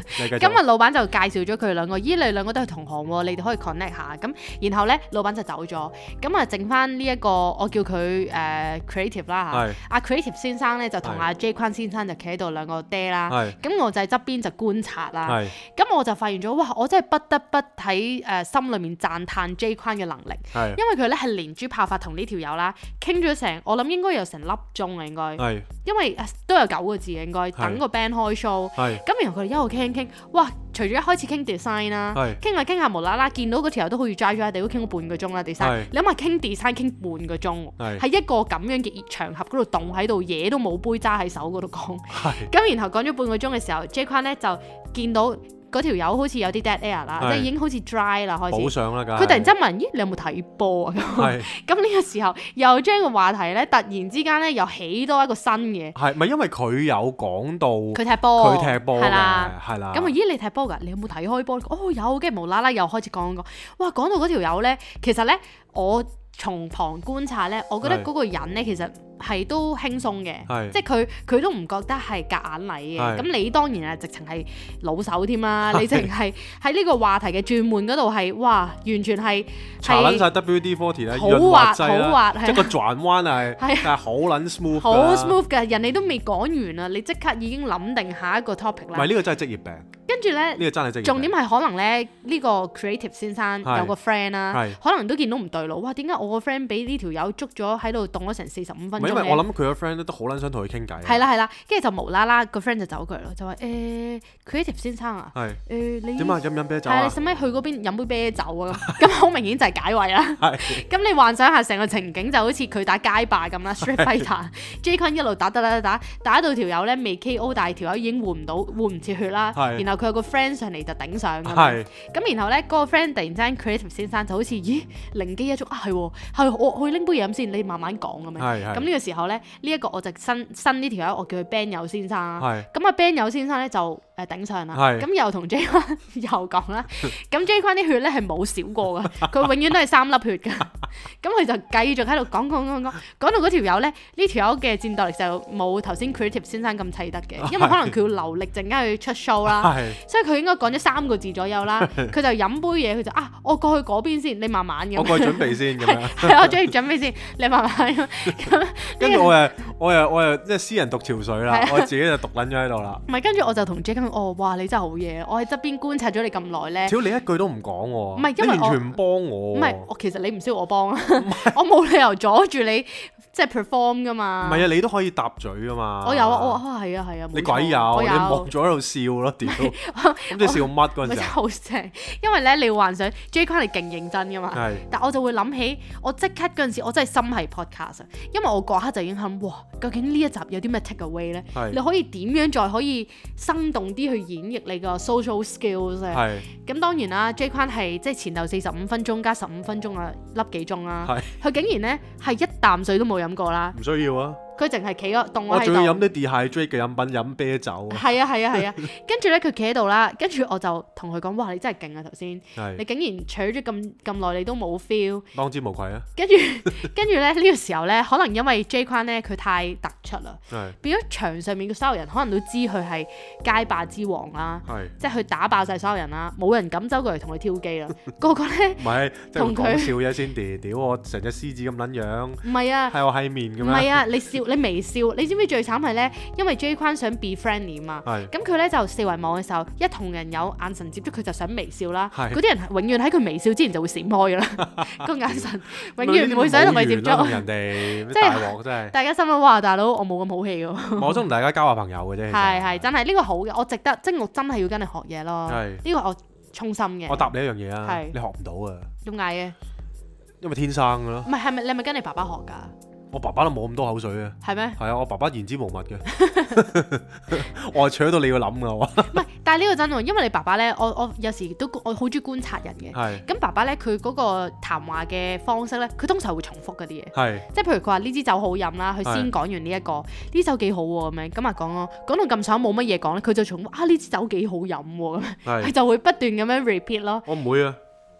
Speaker 1: 廢 你繼續
Speaker 2: 咁啊，老闆就介紹咗佢兩個，咦，你兩個都係同行喎，你哋可以 connect 下。咁然後咧，老闆就走咗，咁啊，剩翻呢一個我叫佢誒、呃 creative 啦嚇
Speaker 1: 係，
Speaker 2: 阿 creative 先生咧就同
Speaker 1: 係
Speaker 2: 阿 J 坤先生就企喺度兩個爹啦。
Speaker 1: 係
Speaker 2: 咁我就喺側邊就觀察啦，
Speaker 1: 係
Speaker 2: 咁我就發現咗，哇！我真係不得不喺誒、呃心裏面讚歎 J 坤嘅能力，
Speaker 1: 係
Speaker 2: 因為佢咧係連珠炮發同呢條友啦，傾咗成我諗應該有成粒鐘啊，應該，
Speaker 1: 係
Speaker 2: 因為啊都有九個字嘅應該，等個 band 開 show。
Speaker 1: 係
Speaker 2: 咁然後佢哋一路傾傾，哇！除咗一開始傾 design 啦，
Speaker 1: 係
Speaker 2: 傾下傾下無啦啦見到嗰條友都好似齋咗喺地都傾咗半個鐘啦 design，
Speaker 1: 係
Speaker 2: 你諗下傾 design 傾半個鐘
Speaker 1: 係
Speaker 2: 喎，喺一個咁樣嘅場合嗰度凍喺度，嘢都冇杯揸喺手嗰度講，
Speaker 1: 係
Speaker 2: 咁然後講咗半個鐘嘅時候，J 坤咧就見到嗰條友好似有啲 dead air 啦，
Speaker 1: 係啊
Speaker 2: 即係已經好似 dry 啦開
Speaker 1: 補
Speaker 2: 始，
Speaker 1: 上啦，梗係
Speaker 2: 佢突然之間問：咦，你有冇睇波啊？ (laughs)
Speaker 1: 係
Speaker 2: 咁呢個時候又將個話題咧突然之間咧又起多一個新嘅，
Speaker 1: 係咪因為佢有講到
Speaker 2: 佢踢波，
Speaker 1: 哦佢踢波嘅
Speaker 2: 係啦。
Speaker 1: 係啦，
Speaker 2: 咁啊，咦你踢波㗎？你有冇睇開波？哦有，跟住無啦啦又開始講講，哇講到嗰條友咧，其實咧我從旁觀察咧，我覺得
Speaker 1: 係
Speaker 2: 嗰個人咧其實係都輕鬆嘅，
Speaker 1: 係
Speaker 2: 即係佢佢都唔覺得係夾硬嚟嘅。
Speaker 1: 係
Speaker 2: 咁你當然啊係直情係老手添
Speaker 1: (laughs)
Speaker 2: 啦，你直情係喺呢個話題嘅轉換嗰度係哇，完全係
Speaker 1: 查撚晒
Speaker 2: 係
Speaker 1: WD forty 啦，
Speaker 2: 好
Speaker 1: 潤
Speaker 2: 滑
Speaker 1: 劑
Speaker 2: 好滑
Speaker 1: 啦，
Speaker 2: 係啊
Speaker 1: 即係個轉彎係
Speaker 2: 係啊
Speaker 1: 係好撚 smooth 㗎
Speaker 2: 好
Speaker 1: 啦
Speaker 2: smooth 嘅，人哋都未講完啊，你即刻已經諗定下一個topic
Speaker 1: 唔
Speaker 2: 啦
Speaker 1: 係。呢個真係職業病，呢
Speaker 2: 跟住
Speaker 1: 個
Speaker 2: 咧。
Speaker 1: 真係職業病。
Speaker 2: 重點係可能咧，呢、個 creative 先生
Speaker 1: 係
Speaker 2: 有個 friend 啦、
Speaker 1: 係
Speaker 2: 可能都見到唔對路，哇！點解我個 friend 俾呢條友捉咗喺度凍咗成四十五
Speaker 1: 唔係
Speaker 2: 分鐘
Speaker 1: 因為我
Speaker 2: 咧？
Speaker 1: 諗佢個 friend 咧都好撚想同佢傾偈。啊
Speaker 2: 係，啦係啦，跟住就無啦啦個 friend 就走佢咯，就話誒、creative 先生啊，
Speaker 1: 係
Speaker 2: 誒、你
Speaker 1: 點啊？飲唔飲啤酒
Speaker 2: 係啊，
Speaker 1: 啊
Speaker 2: 你？使唔使去嗰邊飲杯啤酒啊？咁咁好明顯就係解圍啦。
Speaker 1: 係
Speaker 2: 咁你幻想下成個情景就好似佢打街霸咁啦，Street Fighter，J 君一路打打打打打，打到條友咧未 KO，但係條友已經換唔到換唔切血啦。
Speaker 1: 係
Speaker 2: 然後佢有個 friend 上嚟就頂上咁樣
Speaker 1: 係
Speaker 2: 咁然後咧，嗰、個 friend 突然之間 creative 先生就好似咦靈機一觸啊，係喎，係我我去拎杯嘢飲先，你慢慢講咁樣。
Speaker 1: 係
Speaker 2: 咁
Speaker 1: 係
Speaker 2: 呢個時候咧，呢、一個我就新新呢條友，我叫佢 Ben 友先生啦。
Speaker 1: 係
Speaker 2: 咁啊 Ben 友先生咧就誒、頂上啦，
Speaker 1: 係
Speaker 2: 咁又同 J 坤 (laughs) 又講啦，咁 J 坤啲血咧係冇少
Speaker 1: (laughs)
Speaker 2: 過噶，佢永遠都係三粒血噶。咁佢就繼續喺度講講講講，講到嗰條友咧，呢條友嘅戰鬥力就冇頭先 creative 先生咁砌得嘅，因為可能佢要流力陣間去出 show 啦。
Speaker 1: 係
Speaker 2: 所以佢應該講咗三個字左
Speaker 1: (laughs)
Speaker 2: 右啦。佢就飲杯嘢，佢就啊，我過去嗰邊先，你慢慢
Speaker 1: 我
Speaker 2: 咁。
Speaker 1: 過去準備先咁樣。
Speaker 2: (laughs) 係我中意準備先，你慢慢咁。咁
Speaker 1: 跟住我又我又我又即係私人讀潮水啦
Speaker 2: 係，啊
Speaker 1: 我自己就讀撚咗喺度啦。
Speaker 2: 唔係，跟住我就同 J 君講：哦，哇，你真係好嘢！我喺側邊觀察咗你咁耐咧。
Speaker 1: 屌你一句都唔講我，
Speaker 2: 唔係因
Speaker 1: 你
Speaker 2: 為
Speaker 1: 完全唔幫我。
Speaker 2: 唔係，我其實你唔需要我幫
Speaker 1: (laughs)
Speaker 2: 啊，我冇理由阻住你即係 perform 噶
Speaker 1: 唔
Speaker 2: 嘛。
Speaker 1: 係啊，你都可以搭嘴噶嘛。
Speaker 2: 我有啊，我話啊係啊係啊，冇
Speaker 1: 你
Speaker 2: 錯
Speaker 1: 鬼
Speaker 2: 我
Speaker 1: 有，你
Speaker 2: 有
Speaker 1: 望。咗喺度笑咯，屌！
Speaker 2: (laughs)
Speaker 1: 咁你笑乜嗰陣時啊
Speaker 2: 咪真係
Speaker 1: 候？
Speaker 2: 好正，因為咧你幻想 J 君係勁認真噶嘛。
Speaker 1: (laughs) 係
Speaker 2: 但我就會諗起我即刻嗰陣時，我真係心係 podcast 啊，因為我嗰刻就已經諗，哇，究竟呢一集有啲咩 take away 咧？
Speaker 1: 係
Speaker 2: 你可以點樣再可以生動啲去演繹你個 social skills 咧？
Speaker 1: 係
Speaker 2: 咁當然啦，J 框係即係前頭四十五分鐘加十五分鐘啊，粒幾鐘啦。
Speaker 1: 係
Speaker 2: 佢竟然咧係一啖水都冇飲過啦，
Speaker 1: 唔需要啊！
Speaker 2: 佢淨係企咗凍咗
Speaker 1: 我仲要
Speaker 2: 喺
Speaker 1: 飲
Speaker 2: 度。
Speaker 1: 啲 dehydrate 嘅飲品，飲啤酒啊！
Speaker 2: 係啊係啊係啊，跟住咧佢企喺度啦，跟住我就同佢講：哇，你真係勁啊！頭先
Speaker 1: 係
Speaker 2: 你竟然取咗咁咁耐，你都冇 feel。
Speaker 1: 當之無愧啊！
Speaker 2: 跟住 (laughs) 跟住咧呢、個時候咧，可能因為 J 框咧佢太突出啦，
Speaker 1: 係
Speaker 2: 變咗場上面嘅所有人可能都知佢係街霸之王啦，
Speaker 1: 係
Speaker 2: 即係佢打爆晒所有人啦，冇人敢走過嚟同佢挑
Speaker 1: (laughs)
Speaker 2: 機啦，個個咧
Speaker 1: 唔係即係
Speaker 2: 同佢
Speaker 1: 講笑啫先地，屌我成隻獅子咁撚樣，
Speaker 2: 唔係啊。
Speaker 1: 係我係面咁
Speaker 2: 唔
Speaker 1: 樣
Speaker 2: 係，啊！你笑，你微笑，你知唔知最慘係咧？因為 J 框想 be friendly 嘛，
Speaker 1: 係
Speaker 2: 咁佢咧就四圍望嘅時候，一同人有眼神接觸，佢就想微笑啦。
Speaker 1: 係
Speaker 2: 嗰啲人永遠喺佢微笑之前就會閃開㗎
Speaker 1: (laughs)
Speaker 2: 啦，個眼神永遠唔會想同佢接 (laughs)
Speaker 1: 冇緣啦同
Speaker 2: 觸。
Speaker 1: 人哋
Speaker 2: 即係
Speaker 1: 大鑊
Speaker 2: (laughs)
Speaker 1: 真
Speaker 2: 大家心諗哇，大佬我冇咁好氣喎。
Speaker 1: 係，我想同大家交下朋友嘅啫。其實
Speaker 2: 係係真係呢個好嘅，我值得，即係我真係要跟你學嘢咯。
Speaker 1: 係
Speaker 2: 呢個我衷心嘅。
Speaker 1: 我答你一樣嘢啊，
Speaker 2: 係
Speaker 1: 你學唔到啊，
Speaker 2: 點解嘅？
Speaker 1: 因為天生噶咯。
Speaker 2: 唔係係咪你係咪跟你爸爸學㗎？
Speaker 1: 我爸爸都冇咁多口水
Speaker 2: (laughs)
Speaker 1: 啊。
Speaker 2: 係咩？
Speaker 1: 係啊，我爸爸言之無物嘅， (laughs) 我係扯到你要諗噶，我
Speaker 2: 唔係，但係呢個真喎，因為你爸爸咧，我我有時都我好中意觀察人嘅。
Speaker 1: 係
Speaker 2: 咁爸爸咧，佢嗰個談話嘅方式咧，佢通常會重複嗰啲嘢，
Speaker 1: 係
Speaker 2: 即係譬如佢話呢支酒好飲啦，佢
Speaker 1: 係
Speaker 2: 先講完呢、一個呢酒幾好喎咁樣，咁啊講咯，講到咁想冇乜嘢講咧，佢就重複啊呢支酒幾好飲喎咁樣，佢
Speaker 1: 係，
Speaker 2: 就會不斷咁樣 repeat 咯。
Speaker 1: 我唔會啊，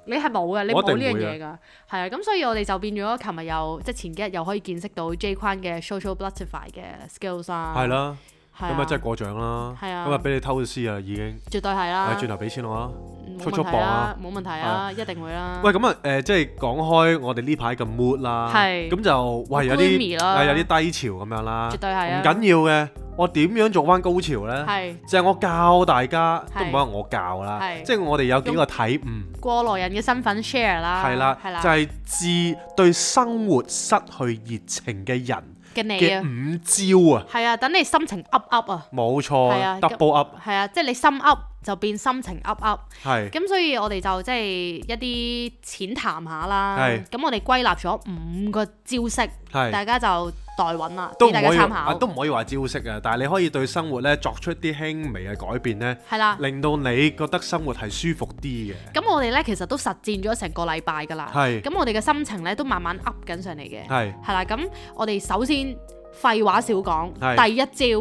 Speaker 2: 你係冇嘅，你
Speaker 1: 我一定
Speaker 2: 冇呢樣
Speaker 1: 會嘅
Speaker 2: 嘢㗎，係啊，咁所以我哋就變咗，琴日又即係前幾日又可以見識到 J 框嘅 social butterfly 嘅 skills 啦，
Speaker 1: 係，啦，
Speaker 2: 係
Speaker 1: 咁
Speaker 2: 啊
Speaker 1: 啊，真係過獎啦，
Speaker 2: 係啊
Speaker 1: 咁啊俾你偷師啊已經，
Speaker 2: 絕對係
Speaker 1: 係
Speaker 2: 啦，
Speaker 1: 轉頭俾錢我啊！
Speaker 2: 冇
Speaker 1: 速速
Speaker 2: 問題
Speaker 1: 磅啊
Speaker 2: 啦，冇問題
Speaker 1: 係啊
Speaker 2: 啊，一定會啦，
Speaker 1: 喂，咁啊，誒，即係講開我哋呢排嘅 mood 啦，
Speaker 2: 係
Speaker 1: 咁就喂有啲
Speaker 2: Gloomy 啦
Speaker 1: 係有啲低潮咁樣啦
Speaker 2: 絕，對係
Speaker 1: 唔
Speaker 2: 啊，
Speaker 1: 緊要啊嘅，我點樣做翻高潮咧？
Speaker 2: 係
Speaker 1: 就係我教大家，
Speaker 2: 係
Speaker 1: 都唔好話我教啦，
Speaker 2: 係
Speaker 1: 即係我哋有幾個體悟，
Speaker 2: 過來人嘅身份 share 啦，
Speaker 1: 係啦
Speaker 2: 係，啦，
Speaker 1: 就係致對生活失去熱情嘅人
Speaker 2: 嘅你
Speaker 1: 嘅
Speaker 2: 啊，
Speaker 1: 五招啊，
Speaker 2: 係啊，等你心情 up up 啊，
Speaker 1: 冇
Speaker 2: 係
Speaker 1: 錯
Speaker 2: 啊
Speaker 1: à. ，double up
Speaker 2: 係啊，即係你心 up 就變心情 up up。
Speaker 1: 係
Speaker 2: 咁所以我哋就即係一啲淺談下啦。
Speaker 1: 係
Speaker 2: 咁我哋歸納咗五個招式，
Speaker 1: 係。
Speaker 2: 大家就代揾啦，
Speaker 1: 都
Speaker 2: 俾
Speaker 1: 唔
Speaker 2: 大家
Speaker 1: 可以，
Speaker 2: 參
Speaker 1: 啊
Speaker 2: 考。
Speaker 1: 都唔可以話招式啊！但係你可以對生活咧作出啲輕微嘅改變咧，
Speaker 2: 係啦。
Speaker 1: 令到你覺得生活係舒服啲嘅。
Speaker 2: 咁我哋咧其實都實踐咗成個禮拜㗎啦。
Speaker 1: 係
Speaker 2: 咁我哋嘅心情咧都慢慢 up 緊上嚟嘅。
Speaker 1: 係
Speaker 2: 係啦。咁我哋首先廢話少講，
Speaker 1: 係
Speaker 2: 第一招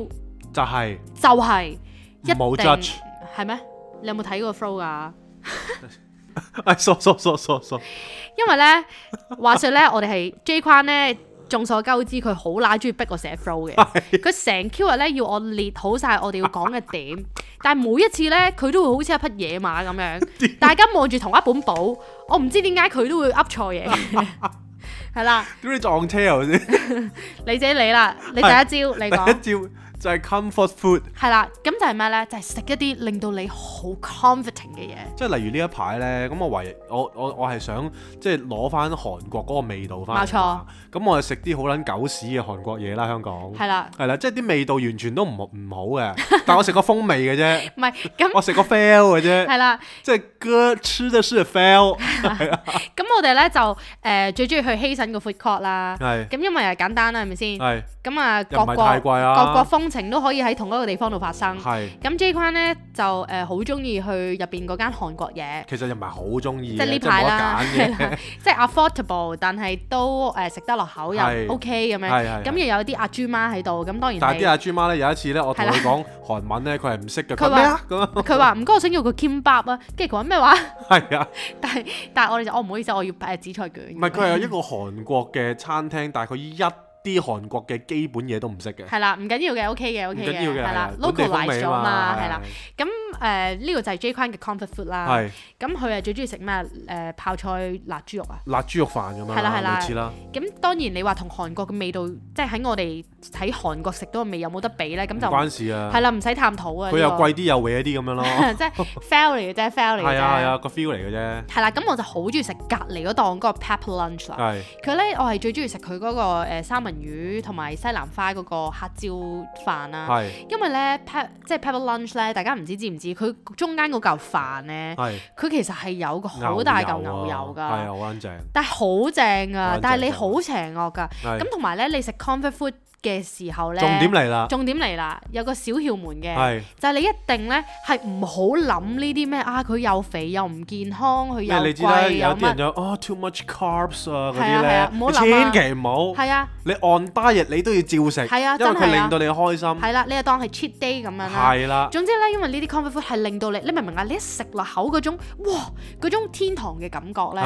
Speaker 1: 就係
Speaker 2: 就係一定
Speaker 1: 唔好 judge
Speaker 2: 係咩？你有冇睇過 Flow 㗎？
Speaker 1: 哎，傻傻傻傻傻，
Speaker 2: 因
Speaker 1: (laughs)
Speaker 2: 為咧，話說咧，我哋係 J 框咧，眾所周知佢好乸中意逼我寫
Speaker 1: (laughs)
Speaker 2: flow 嘅，佢成 Q 日咧要我列好晒我哋要講嘅
Speaker 1: (laughs)
Speaker 2: 點，但係每一次咧佢都會好似一匹野馬咁樣，大家望住同一本簿，我唔知點解佢都會噏錯嘢。
Speaker 1: (laughs)
Speaker 2: 係啦，
Speaker 1: 點你撞車頭先？
Speaker 2: 你自己理啦，你第一招你
Speaker 1: 第一
Speaker 2: 講
Speaker 1: 招就係 comfort food，
Speaker 2: 係啦，咁就係咩咧？就係、食一啲令到你好 comforting 嘅嘢，
Speaker 1: 即係例如呢一排咧，咁我唯我我我係想即係攞翻韓國嗰個味道翻嚟。
Speaker 2: 冇錯。
Speaker 1: 咁我就食啲好撚狗屎嘅韓國嘢啦，香港。
Speaker 2: 係啦，
Speaker 1: 係啦，即係啲味道完全都唔好唔好嘅，但我食個風味嘅啫，
Speaker 2: 唔係咁
Speaker 1: 我食個 fail 嘅啫，
Speaker 2: 係啦。
Speaker 1: (laughs) 即係哥吃的是 fail，
Speaker 2: 咁我哋咧就誒、呃最中意去希慎個 food court 啦。
Speaker 1: 係
Speaker 2: (laughs) 咁因為又簡單啦，係咪先？
Speaker 1: 係
Speaker 2: 咁啊，
Speaker 1: 又
Speaker 2: 各
Speaker 1: 唔係太
Speaker 2: 國
Speaker 1: 貴
Speaker 2: 各國
Speaker 1: 啊，
Speaker 2: 風情都可以喺同一個地方度發生。
Speaker 1: 係
Speaker 2: 咁 J 框咧就誒好中意去入邊嗰間韓國嘢，
Speaker 1: 其實又唔係好中意
Speaker 2: 即
Speaker 1: 嘅，
Speaker 2: 係呢
Speaker 1: 即係
Speaker 2: 排
Speaker 1: 冇得
Speaker 2: 啦，
Speaker 1: 揀
Speaker 2: (laughs) 係
Speaker 1: 嘅，
Speaker 2: 啦即係 affordable，但係都誒食得落口又
Speaker 1: 係
Speaker 2: OK 咁樣。
Speaker 1: 係係。
Speaker 2: 咁又有啲阿豬媽喺度，咁當然
Speaker 1: 但係啲
Speaker 2: 係
Speaker 1: 阿豬媽咧有一次咧，我同佢講韓文咧，佢係唔識嘅。佢話
Speaker 2: 佢話
Speaker 1: 咩啊？咁樣
Speaker 2: 佢話唔該，我想要個 kimbap 啊，跟住佢話咩話？ (laughs)
Speaker 1: 係啊，
Speaker 2: 但係但係我哋就我唔好意思，我要誒紫菜卷。
Speaker 1: 唔係佢係一個韓國嘅餐廳，但係佢一啲韓國嘅基本嘢都唔識嘅，
Speaker 2: 係啦，唔緊要嘅，OK 嘅
Speaker 1: 唔
Speaker 2: ，OK
Speaker 1: 緊要
Speaker 2: 嘅，
Speaker 1: 嘅，
Speaker 2: 係啦
Speaker 1: 係本地風
Speaker 2: ，localize
Speaker 1: 味
Speaker 2: 咗
Speaker 1: 啊
Speaker 2: 嘛，
Speaker 1: 係
Speaker 2: 係啦。咁誒呢個就係 J 框嘅 comfort food 啦。
Speaker 1: 係
Speaker 2: 咁佢係最中意食咩？誒泡菜辣豬肉啊。
Speaker 1: 辣豬肉飯咁樣
Speaker 2: 係啦係啦
Speaker 1: 類似啦，
Speaker 2: 咁當然你話同韓國嘅味道，即係喺我哋喺韓國食到嘅味有冇得比咧？咁
Speaker 1: 唔
Speaker 2: 就
Speaker 1: 關事啊
Speaker 2: 係。啦，唔使探討啊。
Speaker 1: 佢又
Speaker 2: 呢個
Speaker 1: 貴，啲又搲啲咁 (laughs) 樣咯，
Speaker 2: (laughs) 即係 fail 嚟嘅啫，fail 嚟嘅
Speaker 1: 係啊係啊，
Speaker 2: 啫。
Speaker 1: 個 feel 嚟嘅啫，
Speaker 2: 係啦，咁我就好中意食隔離嗰檔嗰個 Pep Lunch 啦。
Speaker 1: 係
Speaker 2: 佢咧，我係最中意食佢嗰個誒三文魚同埋西蘭花嗰個黑椒飯啦。
Speaker 1: 係
Speaker 2: 因為咧 p e 即係 pepper lunch 咧，大家唔知知唔知佢中間嗰嚿飯咧，
Speaker 1: 係
Speaker 2: 佢其實係有個好大嚿牛油
Speaker 1: 係啊，
Speaker 2: 㗎，
Speaker 1: 好啱正，
Speaker 2: 但係好正
Speaker 1: 好
Speaker 2: 㗎
Speaker 1: 正，啊
Speaker 2: 但係你好邪惡㗎。
Speaker 1: 係
Speaker 2: 咁同埋咧，你食 comfort food 嘅時候咧，
Speaker 1: 重點嚟啦，
Speaker 2: 重點嚟啦，有個小竅門嘅，
Speaker 1: 係
Speaker 2: 就係你一定咧係唔好諗呢啲咩啊，佢又肥又唔健康，佢又
Speaker 1: 咩？你知啦，
Speaker 2: 貴又
Speaker 1: 有啲人
Speaker 2: 乜，
Speaker 1: 就哦 too much carbs 啊嗰
Speaker 2: 係啊係啊唔好
Speaker 1: 啲
Speaker 2: 諗
Speaker 1: 咧，你千
Speaker 2: 啊
Speaker 1: 祈唔好。
Speaker 2: 係啊
Speaker 1: 你 on diet 你都要照食，
Speaker 2: 係啊
Speaker 1: 因為
Speaker 2: 真係
Speaker 1: 佢
Speaker 2: 啊
Speaker 1: 令到你開心，
Speaker 2: 係啦，你就當係 cheat day 咁樣啦。
Speaker 1: 係啦，
Speaker 2: 總之咧，因為呢啲 comfort food 係令到你，你明唔明啊？你一食落口嗰種，哇，嗰種天堂嘅感覺咧，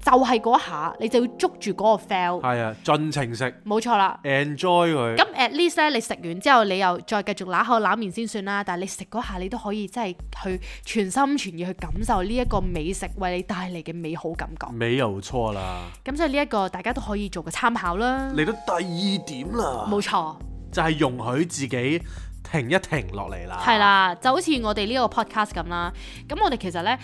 Speaker 1: 係
Speaker 2: 就係嗰下，你就要捉住嗰個 fail，
Speaker 1: 係啊，盡情食
Speaker 2: 冇錯啦。
Speaker 1: ，enjoy 佢，
Speaker 2: 咁 at least 咧，你食完之後，你又再繼續揦口揦面先算啦。但係你食嗰下，你都可以真係去全心全意去感受呢一個美食為你帶嚟嘅美好感覺。
Speaker 1: 美又錯啦。
Speaker 2: 咁所以呢一個大家都可以做個參考啦。
Speaker 1: 嚟到第二點啦，
Speaker 2: 冇錯，
Speaker 1: 就係容許自己停一停落嚟啦。
Speaker 2: 係，啦，就好似我哋呢個 podcast 咁啦。咁我哋其實咧，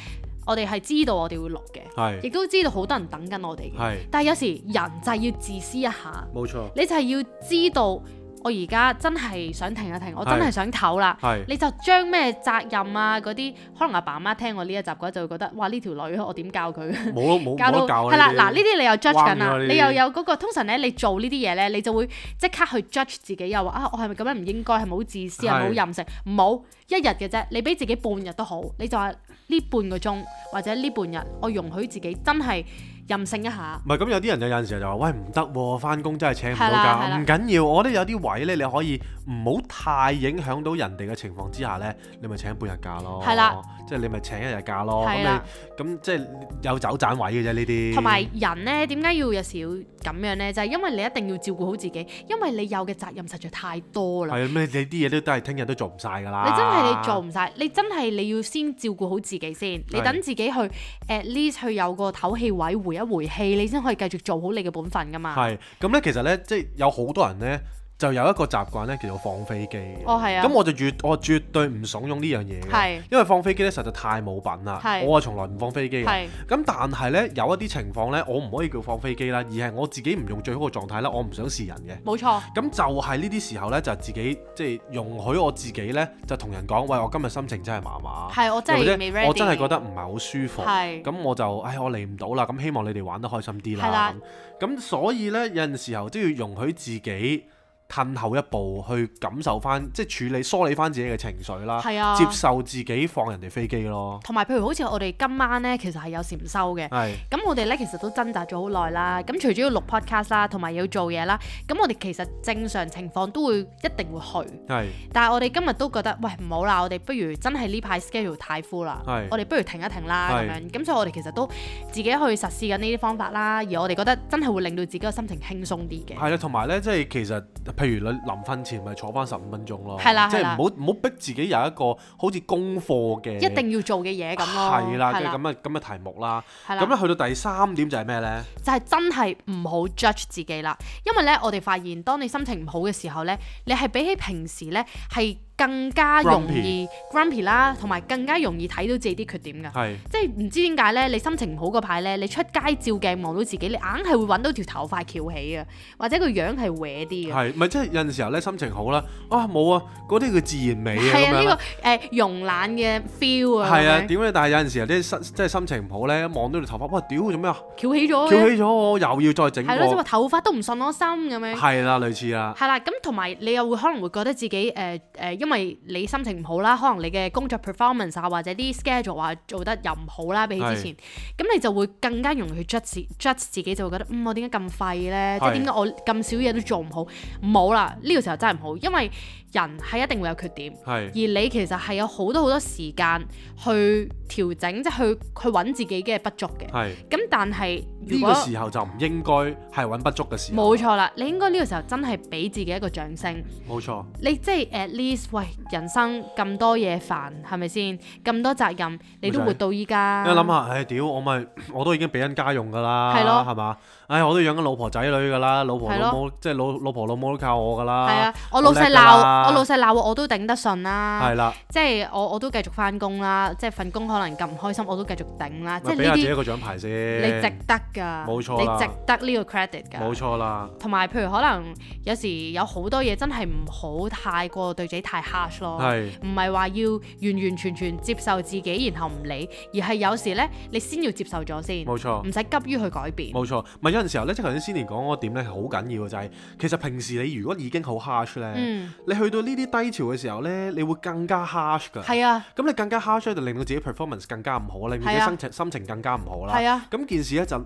Speaker 2: 我哋係知道我哋會錄嘅。亦
Speaker 1: 係
Speaker 2: 都知道好多人等緊我哋嘅。
Speaker 1: 係
Speaker 2: 但係有時人就係要自私一下，
Speaker 1: 冇錯，
Speaker 2: 你就係要知道我而家真係想停一停，我真係想唞啦。
Speaker 1: 係
Speaker 2: 你就將咩責任啊嗰啲，可能阿爸媽聽我呢一集嗰陣就會覺得，哇呢條女我點教佢？
Speaker 1: 冇冇
Speaker 2: 教
Speaker 1: 冇
Speaker 2: 到
Speaker 1: 得教啊
Speaker 2: 係啦，嗱呢
Speaker 1: 啲
Speaker 2: 啲你又 judge
Speaker 1: 彎
Speaker 2: 緊啦
Speaker 1: 咗，啊呢啲
Speaker 2: 你又有嗰、個通常咧，你做呢啲嘢咧，你就會即刻去 judge 自己，又話啊我係咪咁樣唔應該，係咪好自私，係咪好
Speaker 1: 係
Speaker 2: 任性？唔好一日嘅啫，你俾自己半日都好，你就話呢半個鐘或者呢半日，我容許自己真係任性一下，
Speaker 1: 唔係咁有啲人就有陣時就話喂唔得喎，翻工真係請唔到
Speaker 2: 係啦係
Speaker 1: 假，
Speaker 2: 啦
Speaker 1: 唔緊要，我覺得有啲位咧你可以唔好太影響到人哋嘅情況之下呢，你咪請半日假咯。
Speaker 2: 係啦，
Speaker 1: 即係你咪請一日假哦咯。咁
Speaker 2: 係啦
Speaker 1: 你咁即係有走盞位嘅啫呢啲。
Speaker 2: 同埋人呢，點解要有時要咁樣呢？就係、因為你一定要照顧好自己，因為你有嘅責任實在太多啦。
Speaker 1: 係啊咩？你啲嘢都都係聽日都做唔晒㗎啦。
Speaker 2: 你真係你做唔晒，你真係你要先照顧好自己先，你等自己去 at least 去有個唞氣位回一回氣，你先可以繼續做好你嘅本分噶嘛。
Speaker 1: 係咁呢，其實呢，即係有好多人呢，就有一個習慣呢，叫做放飛機嘅。
Speaker 2: 哦，係啊，
Speaker 1: 咁我就絕我絕對唔慫恿呢樣嘢嘅
Speaker 2: 係，
Speaker 1: 因為放飛機咧實在太冇品啦。
Speaker 2: 係
Speaker 1: 我係啊從來唔放飛機嘅。
Speaker 2: 係
Speaker 1: 咁但係咧有一啲情況咧，我唔可以叫放飛機啦，而係我自己唔用最好嘅狀態啦，我唔想示人嘅。
Speaker 2: 冇錯，
Speaker 1: 咁就係呢啲時候咧，就自己即係容許我自己咧，就同人講：喂，我今日心情真係麻麻，
Speaker 2: 係我真
Speaker 1: 又或
Speaker 2: 係
Speaker 1: 者
Speaker 2: 未 ready。
Speaker 1: 我真係覺得唔係好舒服。
Speaker 2: 係
Speaker 1: 咁我就，唉，我嚟唔到啦。咁希望你哋玩得開心啲
Speaker 2: 係
Speaker 1: 啦
Speaker 2: 啦。
Speaker 1: 咁咁所以呢，有陣時候都要容許自己褪後一步去感受翻，即係處理梳理翻自己嘅情緒啦，
Speaker 2: 係啊
Speaker 1: 接受自己放人哋飛機咯。
Speaker 2: 同埋譬如好似我哋今晚呢，其實係有禪修嘅。
Speaker 1: 係
Speaker 2: 咁我哋咧其實都掙扎咗好耐啦。咁除咗要錄 podcast 啦，同埋要做嘢啦，咁我哋其實正常情況都會一定會去。
Speaker 1: 係
Speaker 2: 但係我哋今日都覺得，喂唔好啦，我哋不如真係呢排 schedule 太 full 啦
Speaker 1: 係，
Speaker 2: 我哋不如停一停啦咁
Speaker 1: 係
Speaker 2: 樣。咁所以我哋其實都自己去實施緊呢啲方法啦，而我哋覺得真係會令到自己個心情輕鬆啲嘅。
Speaker 1: 係啦，同埋呢，即係其實譬如你臨瞓前咪坐翻十五分鐘咯，
Speaker 2: 係啦
Speaker 1: 即係
Speaker 2: 係啦
Speaker 1: 唔好唔好逼自己有一個好似功課嘅
Speaker 2: 一定要做嘅嘢咁咯，
Speaker 1: 係啦，
Speaker 2: 係
Speaker 1: 即係咁
Speaker 2: 啦，
Speaker 1: 嘅咁嘅題目啦。
Speaker 2: 係
Speaker 1: 咁
Speaker 2: 啦，
Speaker 1: 咧去到第三點就係咩呢？
Speaker 2: 就係真係唔好 judge 自己啦。因為咧，我哋發現當你心情唔好嘅時候咧，你係比起平時咧係更加容易 grumpy 啦，同埋更加容易睇到自己啲缺點㗎。
Speaker 1: 係
Speaker 2: 即係唔知點解咧，你心情唔好嗰排咧，你出街照鏡望到自己，你硬係會揾到條頭髮翹起啊，或者個樣係歪啲嘅。啊
Speaker 1: 係，咪即係有陣時候咧心情好啦，啊冇啊，嗰啲叫自然美啊咁樣
Speaker 2: 係啊，呢
Speaker 1: 啦。
Speaker 2: 個誒慵懶嘅 feel 啊，
Speaker 1: 係啊，
Speaker 2: 咁樣
Speaker 1: 點咧？但係有陣時候啲心即係心情唔好咧，望到條頭髮，哇！屌做咩啊？
Speaker 2: 翹起咗
Speaker 1: 翹
Speaker 2: 嘅，
Speaker 1: 起咗我又要再整
Speaker 2: 係哦咯，即係話
Speaker 1: 過，
Speaker 2: 頭髮都唔順我心咁樣。
Speaker 1: 係啦，類似啊啦，
Speaker 2: 係啦，咁同埋你又會可能會覺得自己誒誒、呃呃因為你心情唔好啦，可能你嘅工作 performance 啊，或者啲 schedule 啊做得又唔好啦，比起之前，咁你就會更加容易去 judge 自 judge 自己，就會覺得嗯我點解咁廢咧？即
Speaker 1: 係
Speaker 2: 係點解我咁少嘢都做唔好？唔好啦，呢、個時候真係唔好，因為人係一定會有缺點。而
Speaker 1: 係
Speaker 2: 你其實係有好多好多時間去調整，即係去去揾自己嘅不足嘅。
Speaker 1: 係
Speaker 2: 咁但係如
Speaker 1: 呢
Speaker 2: 果
Speaker 1: 個時候就唔應該係揾不足嘅時候，
Speaker 2: 冇錯啦，你應該呢個時候真係俾自己一個掌聲。
Speaker 1: 冇錯，
Speaker 2: 你即係 at least，喂，人生咁多嘢煩，係咪先？咁多責任，你都活到依家。
Speaker 1: 你諗下，唉屌我咪我都已經俾緊家用㗎啦，
Speaker 2: 係咯
Speaker 1: 係嘛？唉我都養緊老婆仔女㗎啦，老婆
Speaker 2: 係咯
Speaker 1: 老母即係老老婆老母都靠我㗎
Speaker 2: 係
Speaker 1: 啦，
Speaker 2: 啊，我老細
Speaker 1: 叻㗎
Speaker 2: 鬧
Speaker 1: 啦
Speaker 2: 我老細鬧我，我都頂得順啦。
Speaker 1: 係啦，
Speaker 2: 即係我我都繼續翻工啦，即係份工可能咁唔開心，我都繼續頂啦。
Speaker 1: 咪
Speaker 2: 即
Speaker 1: 啊
Speaker 2: 係
Speaker 1: 俾
Speaker 2: 呢
Speaker 1: 下自己一
Speaker 2: 啲
Speaker 1: 個獎牌先，
Speaker 2: 你值得㗎，
Speaker 1: 冇錯啦
Speaker 2: 你值得呢個 credit 㗎。
Speaker 1: 冇錯啦。
Speaker 2: 同埋譬如可能有時有好多嘢真係唔好太過對自己太 harsh 咯。
Speaker 1: 係
Speaker 2: 唔係話要完完全全接受自己，然後唔理，而係有時呢，你先要接受咗先。
Speaker 1: 冇錯
Speaker 2: 唔使急於去改變。
Speaker 1: 冇錯，咪有陣時候咧，即係頭先先年講嗰點咧係好緊要嘅，就係、其實平時你如果已經好 harsh 咧，
Speaker 2: 嗯，
Speaker 1: 你去到呢啲低潮嘅時候咧，你會更加 harsh 㗎。
Speaker 2: 係啊，
Speaker 1: 咁你更加 harsh 呢就令到自己 performance 更加唔好，令到自己
Speaker 2: 係啊
Speaker 1: 心情心情更加唔好啦。
Speaker 2: 係啊，
Speaker 1: 咁件事咧就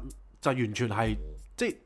Speaker 1: 就完全係即係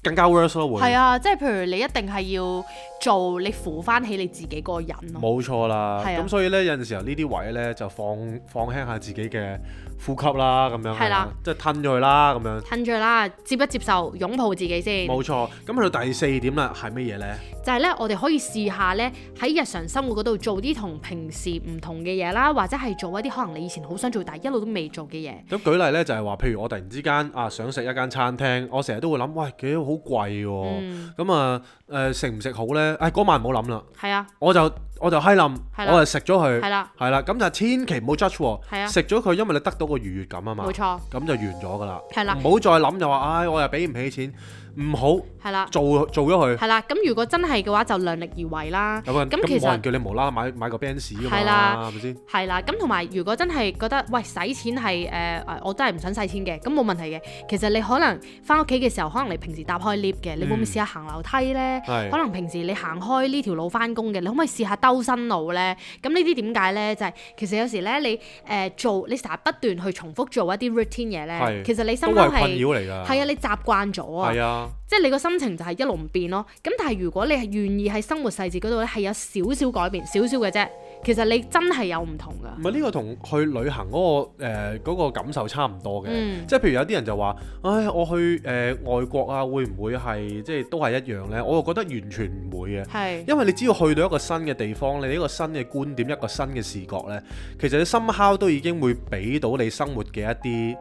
Speaker 1: 更加 worse 咯，會
Speaker 2: 係。啊，即係譬如你一定係要做，你扶翻起你自己嗰個人咯。
Speaker 1: 冇錯啦，
Speaker 2: 係啊
Speaker 1: 咁所以咧有陣時候呢啲位咧就放放輕下自己嘅呼吸啦，咁樣啊
Speaker 2: 係啦，
Speaker 1: 即係吞咗佢啦，咁樣
Speaker 2: 趁住啦，接一接受，擁抱自己先。
Speaker 1: 冇錯。咁去到第四點啦，係乜嘢咧？
Speaker 2: 就係咧，我哋可以試下咧喺日常生活嗰度做啲同平時唔同嘅嘢啦，或者係做一啲可能你以前好想做但係一路都未做嘅嘢。
Speaker 1: 咁舉例咧，就係話，譬如我突然之間啊，想食一間餐廳，我成日都會諗，喂，幾好貴喎，
Speaker 2: 嗯，
Speaker 1: 咁啊誒食唔食好咧？唉，嗰晚唔好諗啦，
Speaker 2: 係啊，
Speaker 1: 我就我就閪冧，
Speaker 2: 係啦
Speaker 1: 我就食咗佢，
Speaker 2: 係啦，
Speaker 1: 係啦，咁就千祈唔好 judge
Speaker 2: 係
Speaker 1: 喎，
Speaker 2: 啊
Speaker 1: 食咗佢，因為你得到個愉悅感啊嘛
Speaker 2: 冇，錯，
Speaker 1: 咁就完咗噶啦，
Speaker 2: 係啦
Speaker 1: 唔好再諗就話，唉，我又俾唔起錢，唔好
Speaker 2: 係啦，
Speaker 1: 做做咗佢，
Speaker 2: 係啦。咁如果真係嘅話，就量力而為啦。
Speaker 1: 咁啊，咁
Speaker 2: 咁其實
Speaker 1: 冇人叫你無啦啦買買個 Benz 㗎
Speaker 2: 係
Speaker 1: 嘛，
Speaker 2: 啦
Speaker 1: 係咪先？
Speaker 2: 係啦，咁同埋如果真係覺得喂使錢係誒、呃我真係唔想使錢嘅，咁冇問題嘅。其實你可能翻屋企嘅時候，可能你平時搭開 lift 嘅，你會唔會
Speaker 1: 嗯
Speaker 2: 試下行樓梯呢？
Speaker 1: 係
Speaker 2: 可能平時你行開呢條路翻工嘅，你可唔可以試下兜兜新路咧。咁呢啲點解咧？就係、其實有時咧，你誒、呃做你成日不斷去重複做一啲 routine 嘢咧
Speaker 1: 係，
Speaker 2: 其實你心
Speaker 1: 都係
Speaker 2: 諗
Speaker 1: 困
Speaker 2: 係
Speaker 1: 擾嚟㗎。
Speaker 2: 係啊，你習慣咗啊。
Speaker 1: 係啊，
Speaker 2: 即係你個心情就係一路唔變咯。咁但係如果你係願意喺生活細節嗰度咧，係有少少改變，少少嘅啫，其實你真係有唔同噶。
Speaker 1: 唔係呢個同去旅行嗰、個誒嗰、個感受差唔多嘅。
Speaker 2: 嗯
Speaker 1: 即係譬如有啲人就話，唉，我去誒、外國啊，會唔會係即係都係一樣呢？我又覺得完全唔會嘅。
Speaker 2: 係
Speaker 1: 因為你只要去到一個新嘅地方，你呢個新嘅觀點、一個新嘅視覺呢，其實你深烤都已經會俾到你生活嘅一啲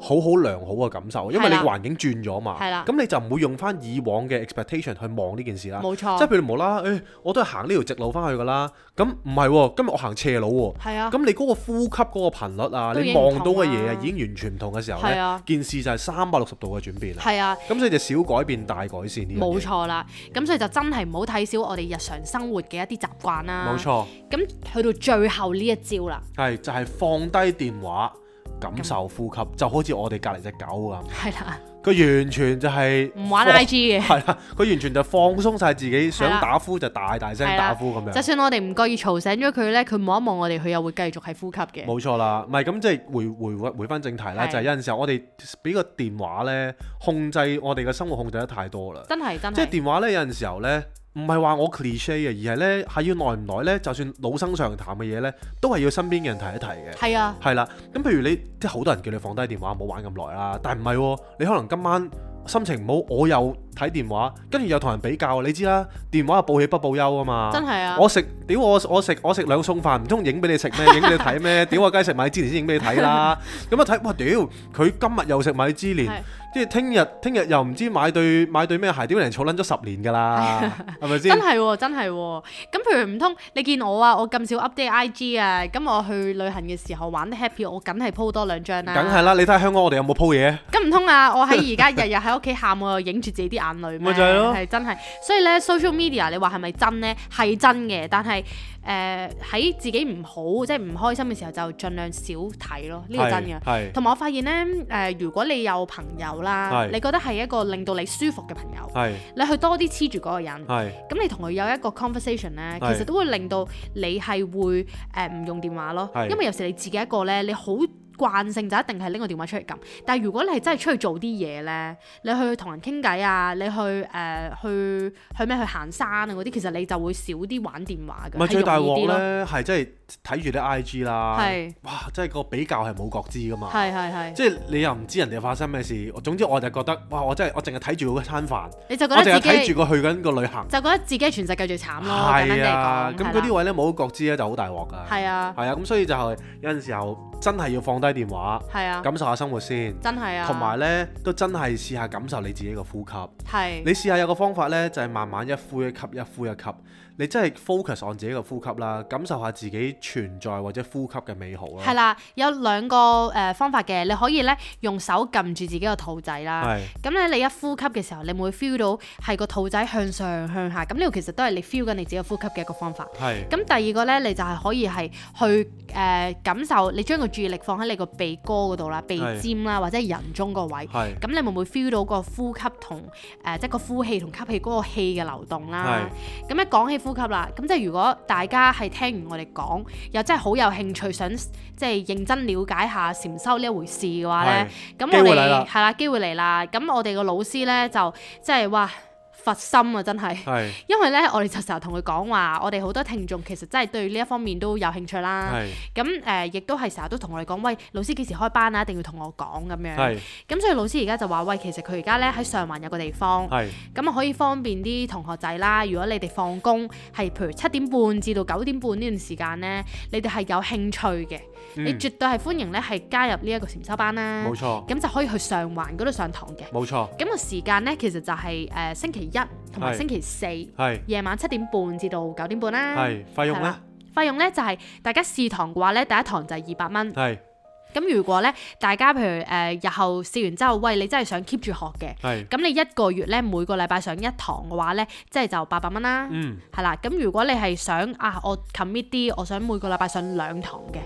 Speaker 1: 好好良好嘅感受，因為你
Speaker 2: 係啦
Speaker 1: 環境轉咗嘛
Speaker 2: 係啦，
Speaker 1: 咁你就唔會用翻以往嘅 expectation 去望呢件事啦。
Speaker 2: 冇
Speaker 1: 即係
Speaker 2: 錯，
Speaker 1: 譬如無啦，誒、我都係行呢條直路翻去㗎啦，咁唔係喎，今日我行斜路喎、
Speaker 2: 係啊，
Speaker 1: 咁你嗰個呼吸嗰個頻率啊，
Speaker 2: 都已
Speaker 1: 你
Speaker 2: 經唔
Speaker 1: 望
Speaker 2: 同
Speaker 1: 到嘅嘢
Speaker 2: 啦
Speaker 1: 啊，已經完全唔同嘅時候
Speaker 2: 係
Speaker 1: 呢，
Speaker 2: 啊，
Speaker 1: 件事就係三百六十度嘅轉變啦。
Speaker 2: 係啊。
Speaker 1: 咁所以就小改變大改善呢樣嘢
Speaker 2: 冇，錯啦，咁所以就真係唔好睇小我哋日常生活嘅一啲習慣啦。
Speaker 1: 冇，錯。
Speaker 2: 咁去到最後呢一招啦，
Speaker 1: 係就係、放低電話，感受呼吸，就好似我哋隔離隻狗咁，
Speaker 2: 係啦，啊
Speaker 1: 佢完全就係
Speaker 2: 唔玩
Speaker 1: 放
Speaker 2: IG 嘅，
Speaker 1: 係啦，佢完全就放鬆晒自己，想
Speaker 2: 係啦
Speaker 1: 打呼就大大聲
Speaker 2: 係啦
Speaker 1: 打呼咁
Speaker 2: 就
Speaker 1: 樣，
Speaker 2: 算我哋唔覺意嘈醒咗佢咧，佢望一望我哋，佢又會繼續係呼吸嘅。
Speaker 1: 冇錯啦。唔係咁即係回回回回翻正題啦，
Speaker 2: 係
Speaker 1: 就係有陣時候我哋俾個電話咧控制我哋嘅生活控制得太多啦。
Speaker 2: 真係真
Speaker 1: 即係
Speaker 2: 係，
Speaker 1: 電話咧有陣時候咧。唔係話我 cliche 嘅，而係咧係要耐唔耐咧，就算老生常談嘅嘢咧，都係要身邊嘅人提一提嘅。
Speaker 2: 係啊，
Speaker 1: 係啦，咁譬如你即係好多人叫你放低電話，唔好玩咁耐啦。但唔係喎，你可能今晚心情唔好，我又睇電話，跟住又同人比較。你知啦，電話係報喜不報憂啊嘛。
Speaker 2: 真係啊。
Speaker 1: 我食屌我我食我食兩餸飯，唔通影俾你食咩？影俾你睇
Speaker 2: (laughs)
Speaker 1: 咩？屌我梗係食米芝蓮先影俾你睇啦。咁啊睇，哇屌！佢今日又食米芝蓮
Speaker 2: 係，
Speaker 1: 即係聽日聽日又唔知買對買對咩鞋，屌人哋儲撚咗十年㗎啦，
Speaker 2: (laughs)
Speaker 1: 係咪
Speaker 2: 真
Speaker 1: 先？
Speaker 2: 係喎，真係喎。咁譬如唔通你見我啊，我咁少 update IG 啊，咁我去旅行嘅時候玩得 happy，我梗係 po 多兩張啦。
Speaker 1: 梗係啦，你睇下香港我哋有冇鋪嘢？
Speaker 2: 咁唔
Speaker 1: (laughs)
Speaker 2: 通啊，我喺而家日日喺屋企喊，我又影住自己啲眼淚咩
Speaker 1: 咪就係咯
Speaker 2: 係真係。所以咧，social media 你話係咪真呢？係真嘅，但係誒喺自己唔好即係唔開心嘅時候，就盡量少睇咯。呢個真嘅。
Speaker 1: 係。
Speaker 2: 同埋我發現呢，誒、如果你有朋友啦，
Speaker 1: 係
Speaker 2: 你覺得係一個令到你舒服嘅朋友，
Speaker 1: 係
Speaker 2: 你去多啲黐住嗰個人。
Speaker 1: 係
Speaker 2: 咁你同佢有一個 conversation 咧，
Speaker 1: 係
Speaker 2: 其實都會令到你係會誒唔、用電話咯，
Speaker 1: 係
Speaker 2: 因為有時你自己一個咧，你好慣性就一定係拎個電話出嚟撳。但係如果你係真係出去做啲嘢咧，你去同人傾偈啊，你去誒、呃去去咩去行山啊嗰啲，其實你就會少啲玩電話
Speaker 1: 唔
Speaker 2: 嘅，
Speaker 1: 係
Speaker 2: 係
Speaker 1: 最大
Speaker 2: 容易
Speaker 1: 鑊
Speaker 2: 啲咯。
Speaker 1: 咧，係真係睇住啲 I G 啦，
Speaker 2: 係
Speaker 1: 哇！真係個比較係冇覺知噶嘛，
Speaker 2: 係係係，
Speaker 1: 即係你又唔知人哋發生咩事。總之我就覺得，哇！我真係我淨係睇住嗰餐飯，
Speaker 2: 你就覺
Speaker 1: 我
Speaker 2: 得
Speaker 1: 淨係
Speaker 2: 自
Speaker 1: 睇
Speaker 2: 己
Speaker 1: 住佢去緊個旅行，
Speaker 2: 就覺得自己係全世界最慘咯，簡單
Speaker 1: 係啊
Speaker 2: 地。講
Speaker 1: 咁
Speaker 2: 係
Speaker 1: 嗰
Speaker 2: 啦
Speaker 1: 啲位咧冇覺知咧就好大鑊㗎，
Speaker 2: 係啊
Speaker 1: 係啊。咁所以就係有陣時候真係要放低電話，
Speaker 2: 係啊，
Speaker 1: 感受下生活先，
Speaker 2: 真係啊，
Speaker 1: 同埋咧都真係試下感受你自己個呼吸。
Speaker 2: 係
Speaker 1: 你試下有個方法呢，就係、慢慢一呼一吸，一呼一吸。你真係 focus on 自己嘅呼吸啦，感受下自己存在或者呼吸嘅美好啦。
Speaker 2: 係啦，有兩個誒、呃方法嘅，你可以咧用手撳住自己個肚仔啦。
Speaker 1: 係
Speaker 2: 咁咧，你一呼吸嘅時候，你會 feel 到係個肚仔向上向下。咁呢個其實都係你 feel 緊你自己嘅呼吸嘅一個方法。
Speaker 1: 係
Speaker 2: 咁第二個咧，你就係可以係去誒、呃感受，你將個注意力放喺你個鼻哥嗰度啦、鼻尖啦，或者係人中個位。
Speaker 1: 係
Speaker 2: 咁你會唔會 feel 到個呼吸同誒、呃即係個呼氣同吸氣嗰個氣嘅流動啦？咁一講起呼吸啦，咁即係如果大家係聽完我哋講，又真係好有興趣想即係認真了解下禪修呢一回事嘅話咧
Speaker 1: 係，
Speaker 2: 咁
Speaker 1: 機會
Speaker 2: 我
Speaker 1: 嚟啦
Speaker 2: 哋係啦，機會嚟啦。咁我哋個老師咧就即係哇佛心啊，真係。
Speaker 1: 係
Speaker 2: 因為咧，我哋就成日同佢講話，我哋好多聽眾其實真係對呢一方面都有興趣啦。
Speaker 1: 係
Speaker 2: 咁誒、呃亦都係成日都同我哋講，喂，老師幾時開班啊？一定要同我講咁樣。
Speaker 1: 係
Speaker 2: 咁所以老師而家就話：喂，其實佢而家咧喺上環有個地方，
Speaker 1: 係
Speaker 2: 咁啊可以方便啲同學仔啦。如果你哋放工係譬如七點半至到九點半呢段時間呢，你哋係有興趣嘅，你
Speaker 1: 嗯
Speaker 2: 絕對係歡迎咧係加入呢一個禪修班啦。
Speaker 1: 冇錯
Speaker 2: 咁就可以去上環嗰度上堂嘅。
Speaker 1: 冇錯
Speaker 2: 咁個時間呢，其實就係、誒、星期一同埋
Speaker 1: 係
Speaker 2: 星期四
Speaker 1: 係
Speaker 2: 夜晚七點半至到九點半啦。
Speaker 1: 係費用
Speaker 2: 係啦
Speaker 1: 呢？
Speaker 2: 費用呢就係、大家試堂嘅話呢，第一堂就係二百蚊。
Speaker 1: 係
Speaker 2: 咁如果咧，大家譬如誒、呃日後試完之後，喂，你真係想 keep 住學嘅，
Speaker 1: 係
Speaker 2: 咁你一個月咧每個禮拜上一堂嘅話咧，即係就八百蚊啦。
Speaker 1: 嗯
Speaker 2: 係啦，咁如果你係想啊，我 commit 啲，我想每個禮拜上兩堂嘅，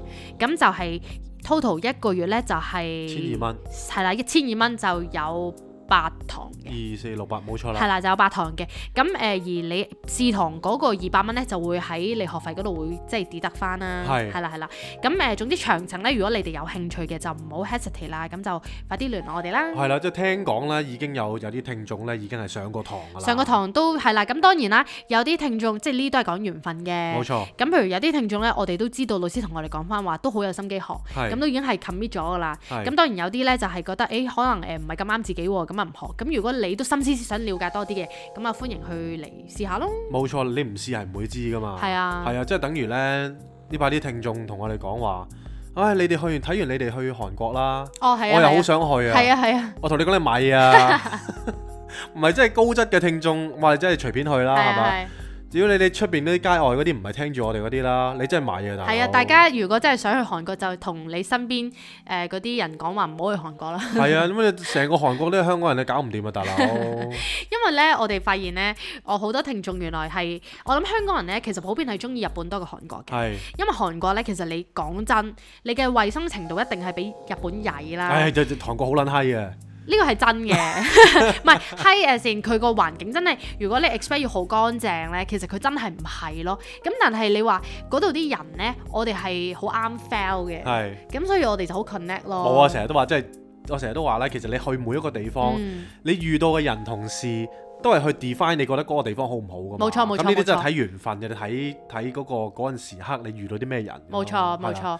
Speaker 2: 咁就係 total 一個月咧就係
Speaker 1: 千二蚊
Speaker 2: 係啦，一千二蚊就有八堂嘅。
Speaker 1: 二四六八冇錯
Speaker 2: 係
Speaker 1: 啦，
Speaker 2: 啦，就有八堂嘅。咁誒、呃而你試堂嗰個二百蚊咧，就會喺你學費嗰度會即係抵得翻啦。
Speaker 1: 係
Speaker 2: 係啦，係啦。咁誒、呃總之詳情咧，如果你哋有興趣嘅，就唔好 hesitate 啦。咁就快啲聯絡我哋啦。
Speaker 1: 係啦，即係聽講咧已經有有啲聽眾咧已經係上過堂㗎啦，
Speaker 2: 上個堂都係啦，咁當然啦，有啲聽眾即係呢都係講緣分
Speaker 1: 冇
Speaker 2: 嘅。
Speaker 1: 錯，
Speaker 2: 咁譬如有啲聽眾咧，我哋都知道老師同我哋講翻話，都好有心機學，
Speaker 1: 係
Speaker 2: 咁都已經係 commit 咗噶啦。
Speaker 1: 係
Speaker 2: 咁當然有啲咧就係覺得，誒可能呃誒唔係咁啱自己喎，咁啊唔學。咁如果你都心思想了解多啲嘅，咁啊歡迎去嚟試下咯。
Speaker 1: 冇錯，你唔試係唔會知㗎嘛，
Speaker 2: 係啊
Speaker 1: 係啊，即係等於咧呢排啲聽眾同我哋講話，唉、你哋去完睇完你哋去韓國啦，
Speaker 2: 哦，係啊，
Speaker 1: 我又
Speaker 2: 係
Speaker 1: 好
Speaker 2: 啊
Speaker 1: 想去啊
Speaker 2: 係，啊係啊，
Speaker 1: 我同你講你咪
Speaker 2: (laughs)
Speaker 1: 啊，唔係真係高質嘅聽眾，我哋真係隨便去啦，係
Speaker 2: 係
Speaker 1: 嘛？
Speaker 2: 啊
Speaker 1: 只要你哋出邊嗰啲街外嗰啲唔係聽住我哋嗰啲啦，你真係買嘢大佬
Speaker 2: 係啊！大家如果真係想去韓國，就同你身邊誒嗰啲人講話唔好去韓國啦。 (laughs)
Speaker 1: 係啊，咁你成個韓國都係香港人，你搞唔掂啊，大佬
Speaker 2: 因為咧，我哋發現咧，我好多聽眾原來係我諗香港人咧，其實普遍係中意日本多過韓國嘅。
Speaker 1: 係，
Speaker 2: 因為韓國咧，其實你講真，你嘅衞生程度一定係比日本曳啦。
Speaker 1: 唉，就就韓國好撚閪啊，
Speaker 2: 呢個係真
Speaker 1: (laughs)
Speaker 2: 嘅， (laughs) 唔係係誒先，佢個環境真係，如果你 expect 要好乾淨咧，其實佢真係唔係咯。咁但係你話嗰度啲人咧，我哋係好啱 fail 嘅。
Speaker 1: 係
Speaker 2: 咁所以我哋就好 connect 咯。
Speaker 1: 冇啊，成日都話即係我成日都話咧，其實你去每一個地方，
Speaker 2: 嗯
Speaker 1: 你遇到嘅人同事。都係去 define 你覺得嗰個地方好唔好㗎嘛
Speaker 2: 冇錯冇錯
Speaker 1: 咁呢啲
Speaker 2: 冇錯
Speaker 1: 真係睇緣分嘅，你睇睇嗰個嗰陣時刻你遇到啲咩人㗎嘛。
Speaker 2: 冇錯
Speaker 1: 係啊
Speaker 2: 冇。錯，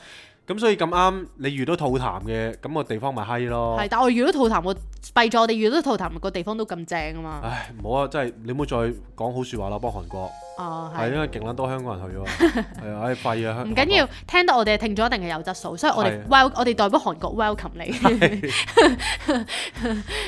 Speaker 1: 咁所以咁啱你遇到吐痰嘅，咁個地方咪閪咯。
Speaker 2: 係。但我遇到吐痰個閉咗，我哋遇到吐痰個地方都咁正啊嘛。
Speaker 1: 唉，唔好啊！真係你唔好再講好説話啦，幫韓國
Speaker 2: 哦，
Speaker 1: 啊係
Speaker 2: 係。
Speaker 1: 因為勁撚多香港人去
Speaker 2: (laughs)
Speaker 1: 喎，係啊，唉廢啊！
Speaker 2: 唔緊要，聽到我哋嘅聽眾一定係有質素，所以我哋
Speaker 1: 係
Speaker 2: wel 我哋代表韓國 welcome
Speaker 1: (laughs)
Speaker 2: 你。 (laughs)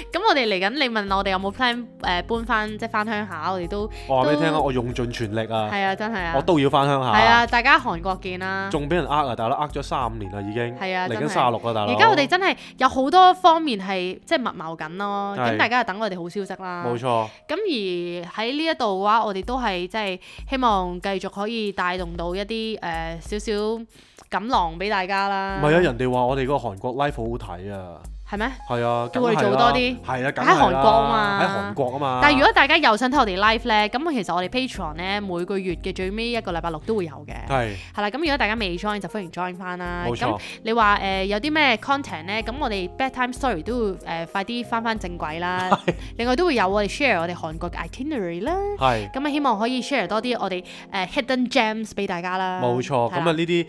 Speaker 2: 咁我哋嚟緊，你問我哋有冇 plan 誒搬翻即係翻鄉下，我哋都
Speaker 1: 我話俾你聽啊，
Speaker 2: 都
Speaker 1: 我用盡全力啊，
Speaker 2: 係啊，真係
Speaker 1: 我
Speaker 2: 啊，
Speaker 1: 都要翻鄉
Speaker 2: 係
Speaker 1: 下，
Speaker 2: 啊，大家韓國見啦。
Speaker 1: 仲俾人呃啊，大佬呃咗三年啦已經，
Speaker 2: 係啊
Speaker 1: 嚟緊
Speaker 2: 真係
Speaker 1: 卅六啦，大佬。
Speaker 2: 而家我哋真係有好多方面係即係密謀緊咯，咁
Speaker 1: 係
Speaker 2: 大家就等我哋好消息啦。
Speaker 1: 冇錯，
Speaker 2: 咁而喺呢一度嘅話，我哋都係即係希望繼續可以帶動到一啲呃誒少少錦囊俾大家
Speaker 1: 唔
Speaker 2: 啦。
Speaker 1: 係啊，人哋話我哋個韓國 live 好好睇啊，
Speaker 2: 係咩？
Speaker 1: 係啊，
Speaker 2: 叫我
Speaker 1: 梗係
Speaker 2: 哋
Speaker 1: 啦
Speaker 2: 做多啲
Speaker 1: 係啊，梗
Speaker 2: 喺
Speaker 1: 係
Speaker 2: 韓國啊
Speaker 1: 啦，
Speaker 2: 嘛
Speaker 1: 喺韓國啊嘛。
Speaker 2: 但係如果大家又想睇我哋 live 咧，咁其實我哋 Patreon 咧每個月嘅最尾一個禮拜六都會有嘅。
Speaker 1: 係
Speaker 2: 係啦，咁如果大家未 join 就歡迎 join 翻啦。
Speaker 1: 啊冇
Speaker 2: 咁
Speaker 1: 錯，
Speaker 2: 你話誒、呃有啲咩 content 咧？咁我哋 bedtime story 都會誒、呃快啲翻翻正
Speaker 1: (laughs)
Speaker 2: 軌啦。另外都會有我哋 share 我哋韓國嘅 itinerary 啦。
Speaker 1: 係
Speaker 2: 咁啊，希望可以 share 多啲我哋誒、呃 hidden gems 俾大家啦。
Speaker 1: 冇錯。咁
Speaker 2: 係啦
Speaker 1: 啊呢啲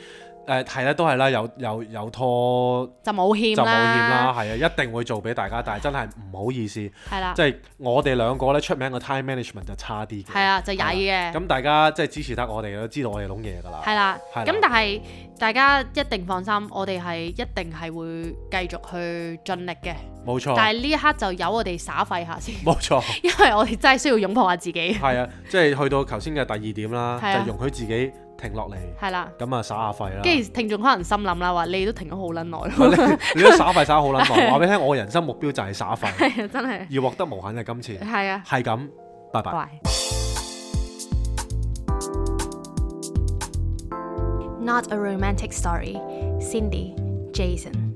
Speaker 1: 誒係啦，都係啦，有有有拖。
Speaker 2: 就冇欠
Speaker 1: 就冇
Speaker 2: 啦，
Speaker 1: 欠啦，係啊，一定會做俾大家，但係真係唔好意思，即
Speaker 2: 係啦，
Speaker 1: 係我哋兩個咧出名個 time management 就差啲
Speaker 2: 係
Speaker 1: 嘅。
Speaker 2: 啊，就曳嘅，
Speaker 1: 咁大家即係支持得我哋都知道我哋諗嘢㗎啦。
Speaker 2: 係啦。
Speaker 1: 係啦
Speaker 2: 咁但係大家一定放心，我哋係一定係會繼續去盡力嘅。
Speaker 1: 冇錯，
Speaker 2: 但係呢一刻就由我哋耍廢下先， (laughs)
Speaker 1: 冇錯，
Speaker 2: 因為我哋真係需要擁抱下自己。
Speaker 1: 係啊，即係去到頭先嘅第二點啦，
Speaker 2: 係啊
Speaker 1: 就容許自己停落嚟，
Speaker 2: 係啦，
Speaker 1: 咁啊耍下廢啦。
Speaker 2: 跟住聽眾可能心諗啦，話你都停咗好撚耐
Speaker 1: 喂
Speaker 2: 咯， (laughs)
Speaker 1: 你你都耍廢耍好撚耐，話俾你聽，我人生目標就係耍廢，
Speaker 2: (laughs) 係啊，真係
Speaker 1: 要獲得無限嘅金錢。
Speaker 2: 係啊，
Speaker 1: 係咁，拜拜。
Speaker 2: 拜。Not a romantic story. Cindy, Jason.